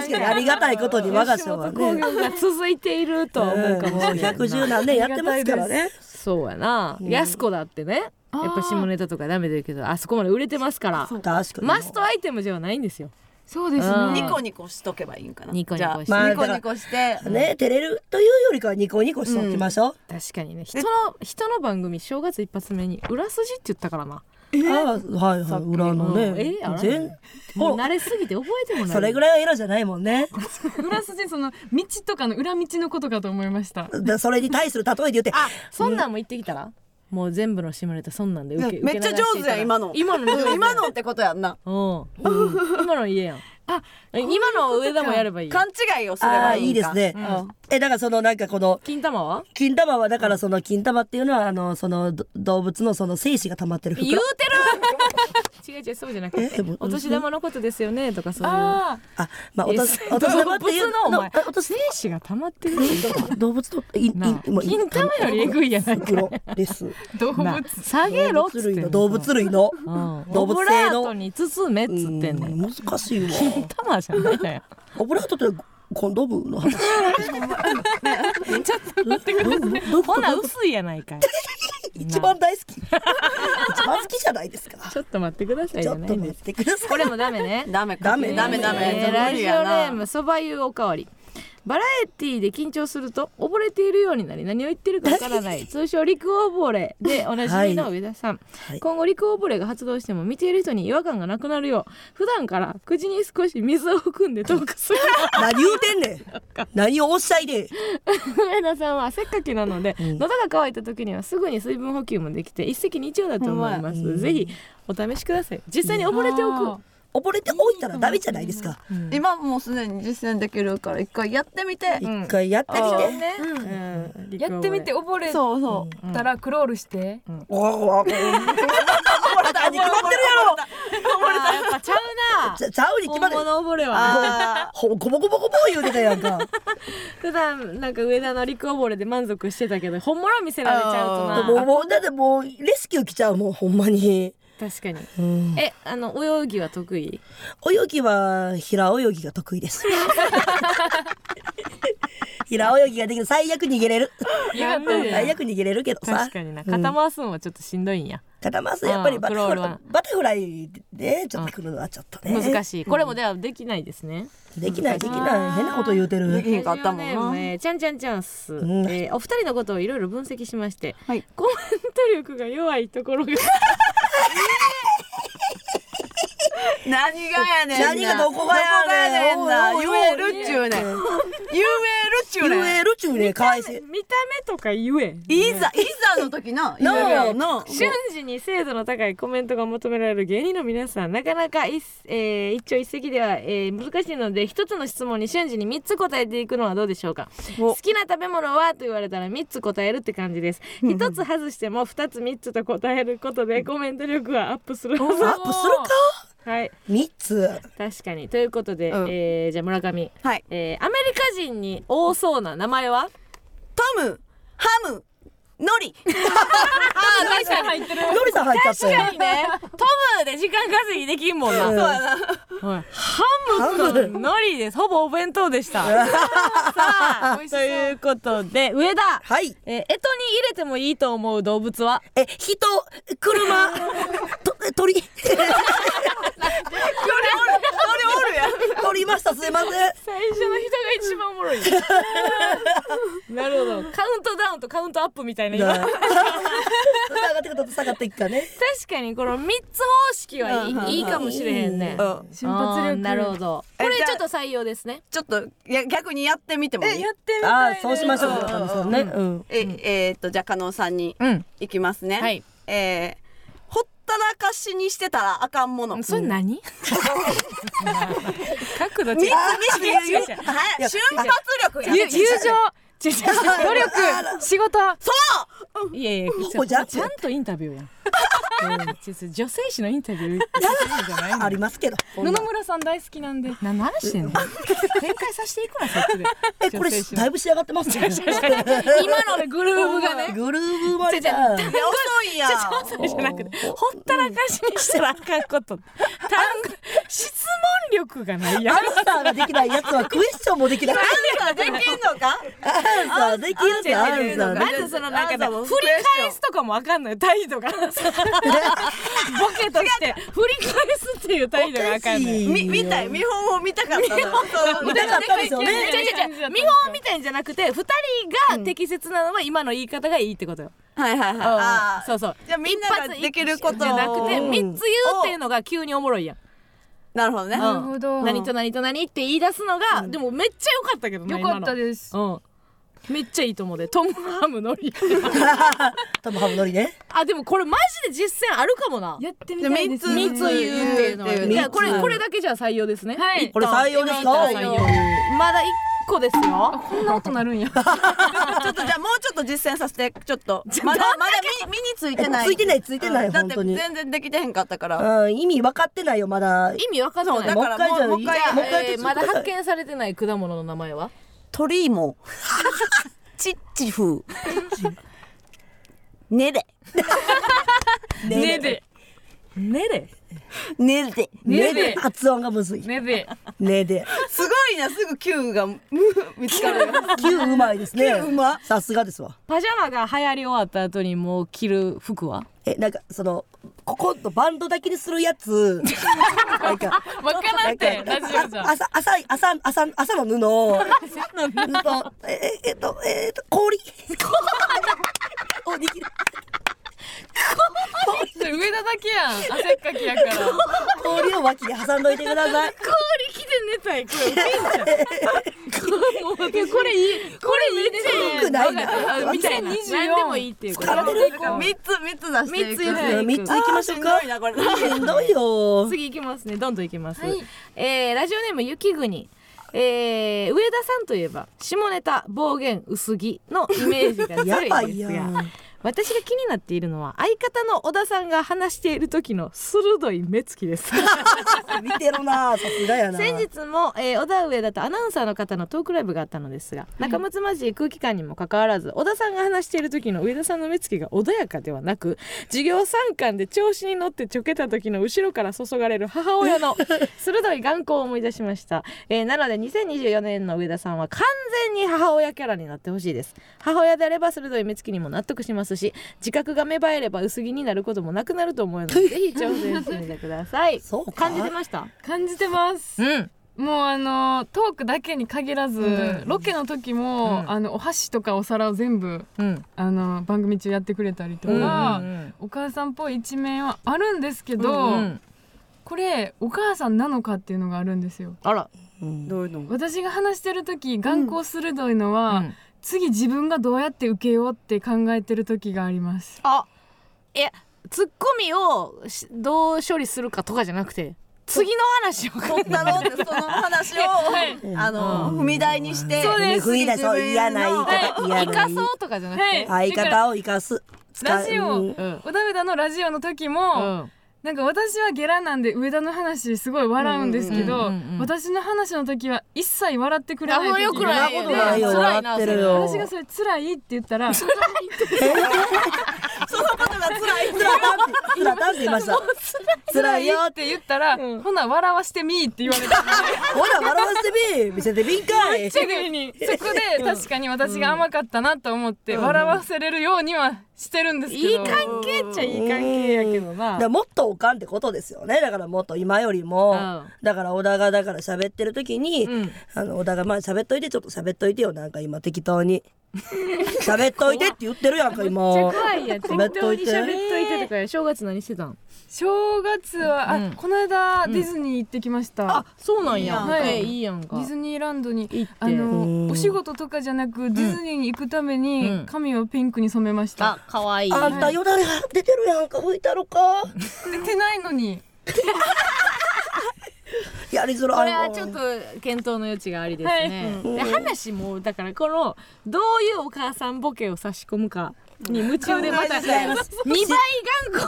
確かにありがたいことに我が社は
工
ね。
業が続いているとは思うかもしれないな、
百十何年やってますからね。
そうやな、安子だってねやっぱ下ネタとかダメだけどあそこまで売れてますから
確かに。
マストアイテムではないんですよ
そうです
うん
ね
ニコニコしとけばいいんかな
ニコニコして
じゃあ
まあ
ニコニコして
ね、照れるというよりかはニコニコしておきましょう。
確かにね人の人の番組正月一発目に裏筋って言ったからな
ああ、はいはい、裏の
うんえ
ね
えあ。ら
全、
もう
ほ
慣れすぎて覚えてもない
それぐらいは色じゃないもんね。
裏筋その道とかの裏道のことかと思いました
だそれに対する例えで言って、あ、
そんなんも言ってきたら、もう全部の下ネタそんなんで受け
めっちゃ上手やん今の
今の
うん今のってことやんな
うん今の家やんあ今の上田もやればいい
勘違いをすれ
あ
ば
あ
いい
いい
ん
で
か
すね
う。
え、だからそのなんかこの
金玉は
金玉はだからその金玉っていうのはあのそのど動物のその精子が溜まってる
言う
袋。
てる 違う違うそうじゃな
え
くて
でも
お年玉のことですよねとかそういう
あ
あ、まあおとお年玉っていう
動物のお前
あお年
精子が溜まってる
動物といい
なあ
もうい
金玉よりえぐいやないか
袋です。
あ動物
な下げろ
動
っつって
物
ん
類
の
の動物類の
うん
動
オブ
物
ラ
性
ー
の
トに包めっつってんねん
うん難しいわ
金玉じゃないのよ
オブラートってコンドーム の話ちょっと待ってください
ほな薄いやないかい
一番大好き一番好きじゃないですか
ちょっと待ってください
ち
じ
ょ
ゃ
っ
な
と
いん
待
で
っ
す
てください
これもダメね
ダメか
ダメ
ダメダメ
えーラジ
や
オネ
な
ームそば湯おかわりバラエティで緊張すると溺れているようになり何を言ってるかわからない通称陸溺れでおなじみの上田さん、
はい
今後陸溺れが発動しても見ている人に違和感がなくなるよう普段から口に少し水を含んでトークする
何言うてんねん何をおっしゃいで
上田さんはせっかきなので、喉が渇いた時にはすぐに水分補給もできて一石二鳥だと思います、ぜひお試しください実際に溺れておく、
あ
溺れておいたらダメじゃないですか
今もうすでに実践できるから一回やってみて
ん
一回やってみ
あ
て
ー
ね
うん
やってみて溺れ
そうそう
たらクロールして
おおお
あに決まってるやろ
あーやっぱちゃうな
ちゃちゃうに決まる
本物溺れは
あ
ほぼぼぼぼぼ言うてたやんか
普段なんか上田の陸溺れで満足してたけど本物見せられちゃうと
あ
な
もうもうだってもうレスキュー来ちゃうもうほんまに
確かに、えあの泳ぎは得意
泳ぎは平泳ぎが得意です。 平泳ぎができる最悪逃げれる
なんで
最悪逃げれるけどさ
確かにな肩回すのはちょっとしんどいんや、
肩回すやっぱりバタフ
うんクロール
ラ
は
イバタフライでちょっと来るのはちょっとね
難しいこれもではできないですね、
いできないできない変なこと言うて
ー
る
いいんかあったも
ラジオ
ん
ネーム
な
えーちゃんちゃんチャンス、
ん
えーお二人のことをいろいろ分析しまして、
はい
コ メント力が弱いところが
何がやねんな
何がどこがやねん
どこがやねんな
おい
言
おいおい
えるっちゅうねん言えるっちゅう
言
ねん
えるっちゅうね返せ
見た目とか言え
いざいざの時な言えるやんな
瞬時に精度の高いコメントが求められる芸人の皆さんなかなか一,、えー一朝一夕では、えー難しいので一つの質問に瞬時に3つ答えていくのはどうでしょうか好きな食べ物はと言われたら3つ答えるって感じです1つ外しても2つ3つと答えることでコメント力はアップする
アップするか
はい
三つ
確かにということで、
うん
えーじゃあ村上、
はい
えーアメリカ人に多そうな名前は
トムハムノリ
確かに入ってる。
のりさん入っちゃったよ
いいねトムで時間稼ぎできんもんなはいハムと海苔ですほぼお弁当でしたさあということで上田
はい
えー、干支に入れてもいいと思う動物は
え人車 と鳥
おるやん
鳥いましたすいません
最初の人が一番おも ろいなるほどカウントダウンとカウントアップみたいな今
なあ上がってくと下がっていくかね
確かにこの3つ方式はい
うんうんうん
いいいかもしれへんね
うん
瞬発
あー
力。
な るほ。どこれ
えじゃ
ち
あ
ょっと採用ですね
ちょっといや逆にやってみてもい
え、
い
やってみた
あ
い
あ
です。
そうしましょう
うん
神さんねうん
ええーっとじゃあ加納さんに
うん
いきますね、
はい
えーほったらかしにしてたらあかんもの
それ何角度違う
三つ三
違う違う違う
つはい瞬発力や
友友情違う違 う 努力仕事そういやいや
ここじゃ
ちゃんとインタビューやんうんちょっと女性誌のインタビューじゃないの
ありますけど
野々村さん大好 きなんで。
な何してんの展開させていくなそっちで
えこ
女
れ
性誌の
だいぶ仕上がってます ね
今のねグルーブが ね
グルーブ割れた
違う
いや遅いやん
じゃなくてほったらかしにしたらあかんこと単語質問力がないや
ア
ん
ンサーができないやつはクエスチョンもできない
アンサーできんのか
アンサーできるってアンサー
ま
ね
ずそのなんかね
あんたも
振り返すとかもわかんない態度がボケとして振り返すっていう態度がわかんない
い
み見たい見本を見たかったなそう
見たかったですよね
違う違う違う見本みたいんじゃなくて二人が適切なのは今の言い方がいいってことよ、
はいはいはいあー
そうそう
じゃあみんなができることを
じゃなくて
うん
三つ言うっていうのが急におもろいやん、
なるほどね
うん
なるほど。
何と何と何って言い出すのが、でもめっちゃ良かったけどね
よかった
す
です。
うんめっちゃいいと思うでトムハムのり
トムハムノリね
あでもこれマジで実践あるかもな
やってみたいですね。
三つ言うっていうのは、
うん
いやこ
三
れ
つ
これだけじゃ採用ですね。
はい
一旦
これ採用ですか
一旦採用まだ一個です
あ
よ。
こんな音なるんや。
ちょっとじゃあもうちょっと実践させて ちょっとまだまだ身身についてない
ついてないついてない
うん
本当に
だって全然できてへんかったから
うん意味分かってないよまだ
意味わかんない。
そうだから
もう一回じゃ
も
あ
うもう一回
いいもう一回やって
えーまだ発見されてない果物の名前は？
鳥も チッチ風ねれ
ねで。ねで。
ねれ
ね
ね
で
で
発音がむずい
ねべ。
ねです
ごいなすぐ Q がむ見つか る
九うまいですね
うま
さすがですわ
パジャマが流行り終わった後にもう着る服は？
えなんかそのこことバンドだけにするやつなんか
わからんってラジオじ
あ
ゃ。
朝朝朝朝朝の布をうんとええっとえっと氷 を握る
それ上田だけやん。汗っかきやから。
氷を脇で挟んどいてください
氷着て寝たいこれ。これこれいいこれいいです
よくないな
あみたいな。
2024
何でもいいっていうこと。
疲れて
三
る
つ三つ出していく
三つ言う
三つ行きましょうか
あーしんどいなこれ
しんどいよ
次いきますねどんどんいきます、
はい
えーラジオネーム雪国えー、上田さんといえば下ネタ暴言薄着のイメージが
やば
強い
い
です
や
が私が気になっているのは相方の小田さんが話している時の鋭い目つきです
見てるなさすがやな
先日も、えー小田上田とアナウンサーの方のトークライブがあったのですが仲睦まじい空気感にもかかわらず小田さんが話している時の上田さんの目つきが穏やかではなく授業参観で調子に乗ってちょけた時の後ろから注がれる母親の 鋭い眼光を思い出しました、えーなので2024年の上田さんは完全に母親キャラになってほしいです母親であれば鋭い目つきにも納得しますし自覚が芽生えれば薄着になることもなくなると思うのでぜひ挑戦してみてくだ さい
そうか
感じてました
感じてます。
うん
もうあのトークだけに限らず、ロケの時も、
うん
あのお箸とかお皿を全部
うん
あの番組中やってくれたりとか、お母さんっぽい一面はあるんですけど、
うんうん
これお母さんなのかっていうのがあるんですよ
あら
どういうの
私が話してる時眼光鋭いのは、
うん
次自分がどうやって受けようって考えてる時があります
あいやツッコミをしどう処理するかとかじゃなくて次の話を考
取ったろうってその話を、あの、踏み台にして
そうです
不意だそ
自
う
分の
嫌な言い方嫌
え生
な
か
言い
そうとかじゃなく
は
て
い、
相方を生かす使う
ラジオ
うん
うん
おだめだのラジオの時
う
も、
ん
なんか私はゲラなんで上田の話すごい笑うんですけど、
うんうんうんうん
私の話の時は一切笑ってくれない時が
あよくない
そんなことないよ
ね辛いな
笑ってるよ
私がそれ辛いって言っ たらそ
そのことが辛い
つらたんってつらたんって言いましたつらいよ
うって言ったら、ほな笑わしてみーって言われた
ほら笑わせてみ見せてみんかい
でそこで確かに私が甘かったなと思って笑わせれるようにはしてるんですけど、
いい関係っちゃいい関係やけどな
だからもっとおかんってことですよねだからもっと今よりも、
うん
だから小田がだから喋ってる時に、あの小田が「まあ喋っといてちょっと喋っといてよなんか今適当 に喋っといて」って言ってるやんか今
めっちゃ怖いやん適
喋っ
当
と
に
いて
喋っといてとかや正月何してたん
正月はあ、
うん
この間ディズニー行ってきました、
そうなんや
はい
えいいやん
デ
か
ィズニーランドに
行って
あ
うん
のお仕事とかじゃなくディズニーに行くため
う
に
ん
髪をピンクに染めました
あ、可愛い
あんたよだれが出てるやんか吹いたのか
出てないのに
やりづらい
こ
わ
れはちょっと検討の余地がありですね、
はい
で話もだからこのどういうお母さんボケを差し込むかに夢中でまた
考えちゃい
2
ま
倍眼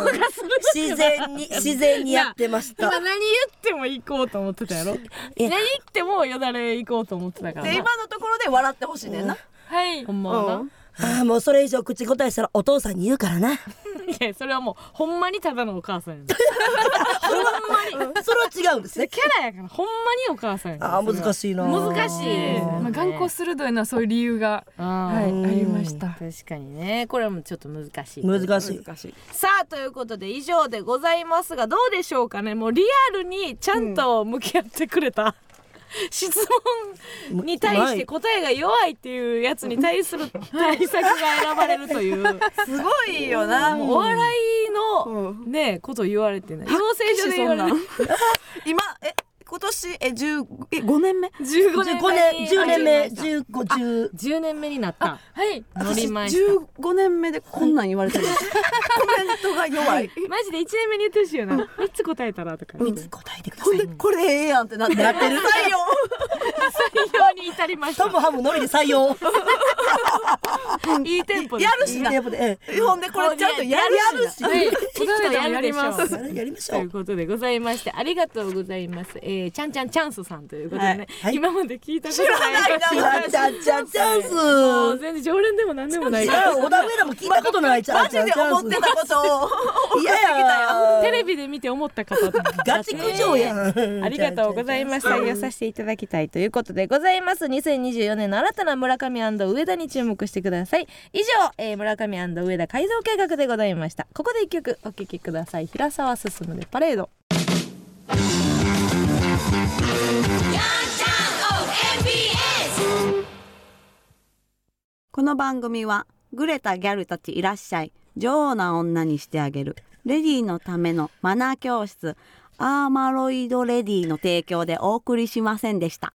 光がする
自然に自然にやってました
今何言っても行こうと思ってたやろ何
い
言
や
ってもよだれ行こうと思ってたから
で
な
今のところで笑ってほしいねんな、
はい
ほんまはな、
うん
ああもうそれ以上口答えしたらお父さんに言うからな
いやそれはもうほんまにただのお母さんやねんほんまに
それは違う んですね
キャラやからほんまにお母さんやねん
ああ難しいな
難しいですよね
まあ、眼光鋭いのはそういう理由が、
あ
はい、あ
ー
りました
確かにねこれはもうちょっと難しい
難しい
難しい
さあということで以上でございますがどうでしょうかねもうリアルにちゃんと向き合ってくれた、質問に対して答えが弱いっていうやつに対する対策が選ばれるという
すごいよな、
もう
も
お
う
笑いの
う
ねこと言われてない養成所で言われて
発今え今年え10え5年目
15
15
年
年10年目
10
15、10
年目になった
はい
乗りました
15年目でこんなん言われてる、コメントが弱い
マジで1年目に言ってほしいよな3つ答えたらとか言って
答えてくだ
ほ
さ
ん
い
でこれええやんってなってなってる採用
採用に至りました
トムハムのみで採用
いいテンポで
や
す
るしな
やっぱねええ
ほんでこれちゃんとやる
やる
し
し
な
はい
きっとやるでしょう
おだめだのやります
やりまし
と
ょ
いう
う
ことでございましてありがとうございます、えー、ちゃんちゃんチャンスさんということでね、
はい
今まで聞いたことない
じゃあじゃあじゃあチャンス
もう全然常連でも何でもない
じ
か
ゃ
ら
あ小田上田も聞いたことないじゃ
マ
あ
ジ
じゃあ
で
チャ
思
ン
って
ス
たことを
嫌や
テレビで見て思った方だった
ガチ苦情やん
ありがとうございます。採用させていただきたいということでございます。2024年の新たな村上上田に注目してください。以上、えー、村上上田改造計画でございました。ここで一曲お聴きください。平沢進でパレード。
この番組はグレたギャルたちいらっしゃい女王な女にしてあげるレディーのためのマナー教室アーマロイドレディーの提供でお送りしませんでした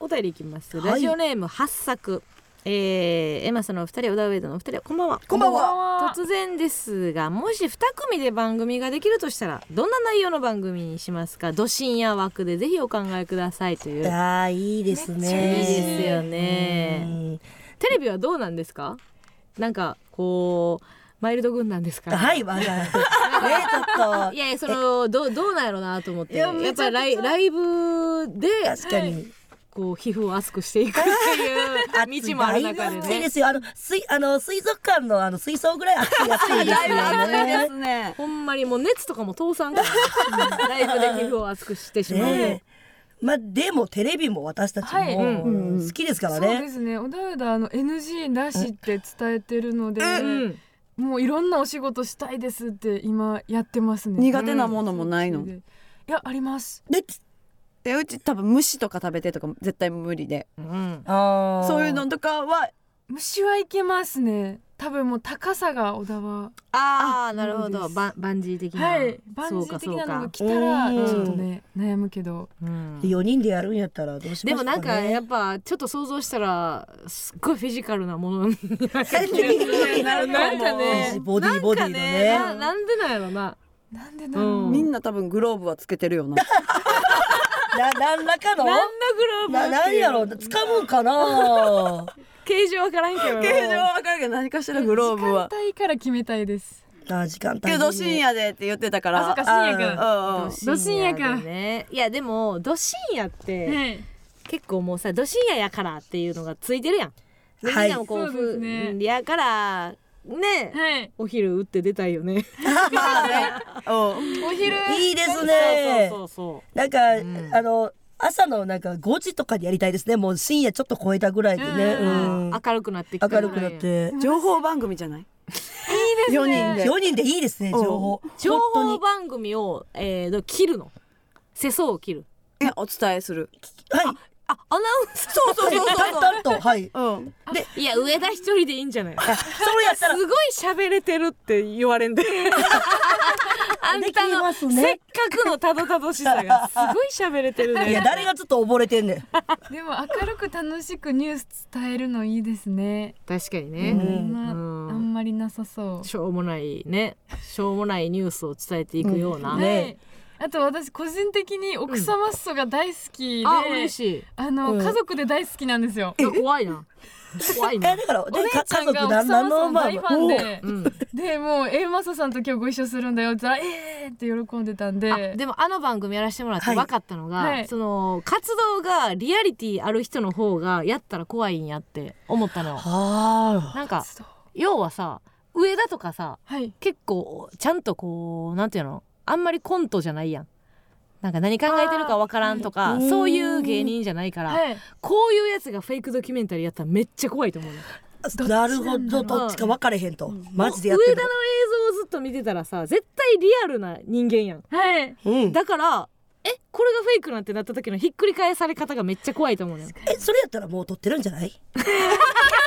お便りいきます。
はい
ラジオネーム八作。えー、エマスのお二人、小田上田のお二人、こんばんは。
こんばんは
は
突然ですがもし2組で番組ができるとしたらどんな内容の番組にしますかど深夜枠でぜひお考えくださいといういい
あーいいですね
ですよ
う
ね
ん
テレビはどうなんですかなんかこうマイルド軍なんですか
はいわかるねちょっ
いやいやそのどうどうなんやろうなと思ってやっぱりライライブで
と確かに
こう皮膚を熱くしていくっていう道もある中で
暑い
ね
ですよあの水あの水族館のあの水槽ぐらい暑い暑いですよね
すね
ほんまにもう熱とかも通さんからライブで皮膚を熱くしてしまう、
ねえまあでもテレビも私たち
はい
も
うん
うん好きですから
そう
ね
で。すね小田上田あの NG なしって伝えてるので、
うん
もういろんなお仕事したいですって今やってますね
苦手なものもないの、
それでいやあります
で、
でうち多分虫とか食べてとか絶対無理で
うん
あー
そういうのとかは
虫はいけますね多分もう高さが小田は
ああなるほ
そう
ど
です
バンバンジー的な、
はいバンジー的なのが来たら
そうか
ち
そう
ょ
か
っとね悩むけど
うん
4人でやるんやったらどうしま
です
かね
もなんか やっぱちょっと想像したらすっごいフィジカルなものに
な
なんかね
ボディボディのね
なんかねななんでなんやろな
なんでだろう
みんな多分グローブはつけてるよな
な何らかの
何のグローブ
な何やろう掴むんかな
形状わからんけど
形状は分かるけど何かしらグローブは
時間帯から決めたいです
あ時間 帯
けど深夜でって言ってたから
あそっか深夜か
うんうん
ど深夜か、ね、いやでもど深夜って、
はい
結構もうさど深夜やからっていうのがついてるやん。みん
はい
なもこう、
そうです
ふ
ね
やからね、
はい
お昼打って出たいよね。
まあねうん
お昼
いいですね
そうそう
なんか、あの朝のなんか5時とかでやりたいですねもう深夜ちょっと超えたぐらいでね、うん
そう。明るくなってきた
明るくなって
情報番組じゃないいいですね4人で
4人でいいですね情報
情
本当
報
に
番組を、えー、切るの。世相を切る。
いやお伝えする
はい
あアナウンサ
そうそうそうそう
淡々とはい
うん、
ー。いや上田一人でいいんじゃない。
あ そうやっ
す
たら
ごい喋れてるって言わ れんで。あんた
でき
の、
ますね
せっかくのたどたどしさが すごい喋れてる
いや
ね。
誰がちょっと溺れてんねん
でも明るく楽しくニュース伝えるのいいですね
確かにね。
今あ
うん
んまりなさそう
しょうもないねしょうもないニュースを伝えていくような、
うん
ね
はい。あと私個人的に奥様っそが大好きで、
あ嬉しい
あの、
うん
家族で大好きなんですよ。
あ怖いな怖い
えだ
な、
からで
お姉
か
ちゃ
家
ん
族
が奥様
旦
さ
那
ん
の
の
前
大ファンで
う、ん、
でもう A マサさんと今日ご一緒するんだよって言ったらえーって喜んでたんで、
あでもあの番組やらせてもらっ
は
て
い
分かったのが、
はい
その活動がリアリティある人の方がやったら怖いんやって思ったの
は
なんか
そう
要はさ上田とかさ
はい。
結構ちゃんとこうなんていうのあんまりコントじゃないやんなんか何考えてるか分からんとか、
はい
そういう芸人じゃないから、
はい、
こういうやつがフェイクドキュメンタリーやったらめっちゃ怖いと思うの
あなるほどどっちか分かれへんとマジでやって
上
る
田の映像をずっと見てたらさ絶対リアルな人間やん
はい、
う ん
だからえこれがフェイクなんてなった時のひっくり返され方がめっちゃ怖いと思うのよ
えそれやったらもう撮ってるんじゃない？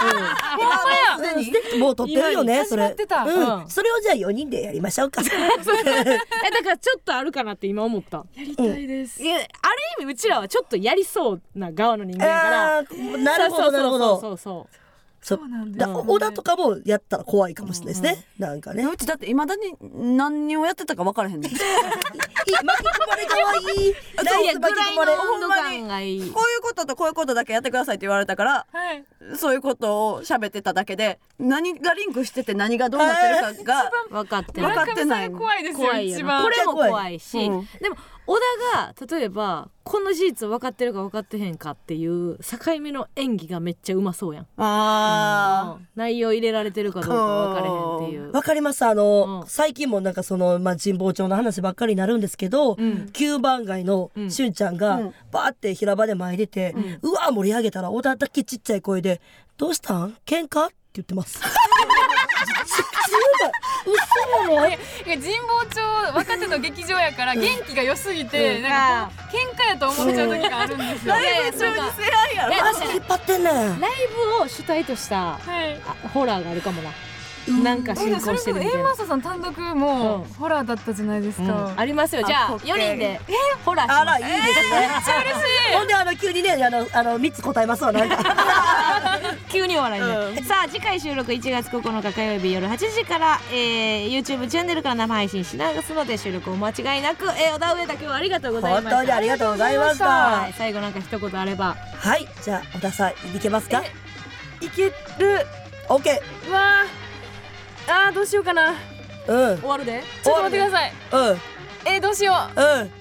うん、もうすでにもう撮ってるよね
今
それ。
始まってた
うん、
うん
それをじゃあ四人でやりましょうか。
えだからちょっとあるかなって今思った
やりたいです。
いやある意味うちらはちょっとやりそうな側の人間やから
あーなるほどなるほ
そ
ど。
うそうそう
そ
そうなんです
だ
よね、
小田とかもやったら怖いかもしれないですね。なんかね。い
うちだっていまだに何をやってたか分からへんねん こ
巻き込まれ可愛 い。ラ
そうい
イ
や
ス
ぐ
巻き
らいの
込まれ。
温度感がいいう
いうこととこういうことだけやってくださいって言われたから
はい。
そういうことを喋ってただけで何がリンクしてて何がどうなってるかが
分かって
分
る
かってない
村上さん怖いですよ
怖い
一
よな
番。
これも怖いし、
うん
でも小田が例えばこの事実を分かってるか分かってへんかっていう境目の演技がめっちゃうまそうやん
あ
内容入れられてるかどうか分からへんっていう
わかりますあの、
うん
最近もなんかその、まあ、神保町の話ばっかりになるんですけど、九番街のしゅんちゃん
う
が
ん
バーって平場で前出て、うわー盛り上げたら小田だけちっちゃい声で「どうしたん喧嘩?」って言って ます。
いや神保町若手の劇場やから元気が良すぎて、なんかこう喧嘩やと思っちゃう時があるんですよ。
ライブ中に
やろ
マジで引っ張ってんねん。
ライブを主体とした
はい。
あホラーがあるかもな、なんか進行
それ
してる
も
みた
A
い
マ
な、
サさん単独も
うん
ホラーだったじゃないですか。
うんありますよじゃあ
あ
4
オッケ
人
ー
でホラーし
あ
ま
ら、
す
いいですね。ほんで、あの、急にね、あの、あの、三つ答えますわ、なんか。
急に笑いね、さあ次回収録1月9日火曜日夜8時から、えー、YouTube チャンネルから生配信しますので収録お間違いなく、えー、小田上田今日はありがとうござい
本
ました
当にありがとうございまし
は
た
い。最後なんか一言あれば
はい、じゃあ、小田さん、いけますか。
いける。
オッケ
うわあ。あーどうしようかな。
ー。うん、うん、
終わるで
ちょっと待ってください。
うん、
えー、どうしよう。
うん。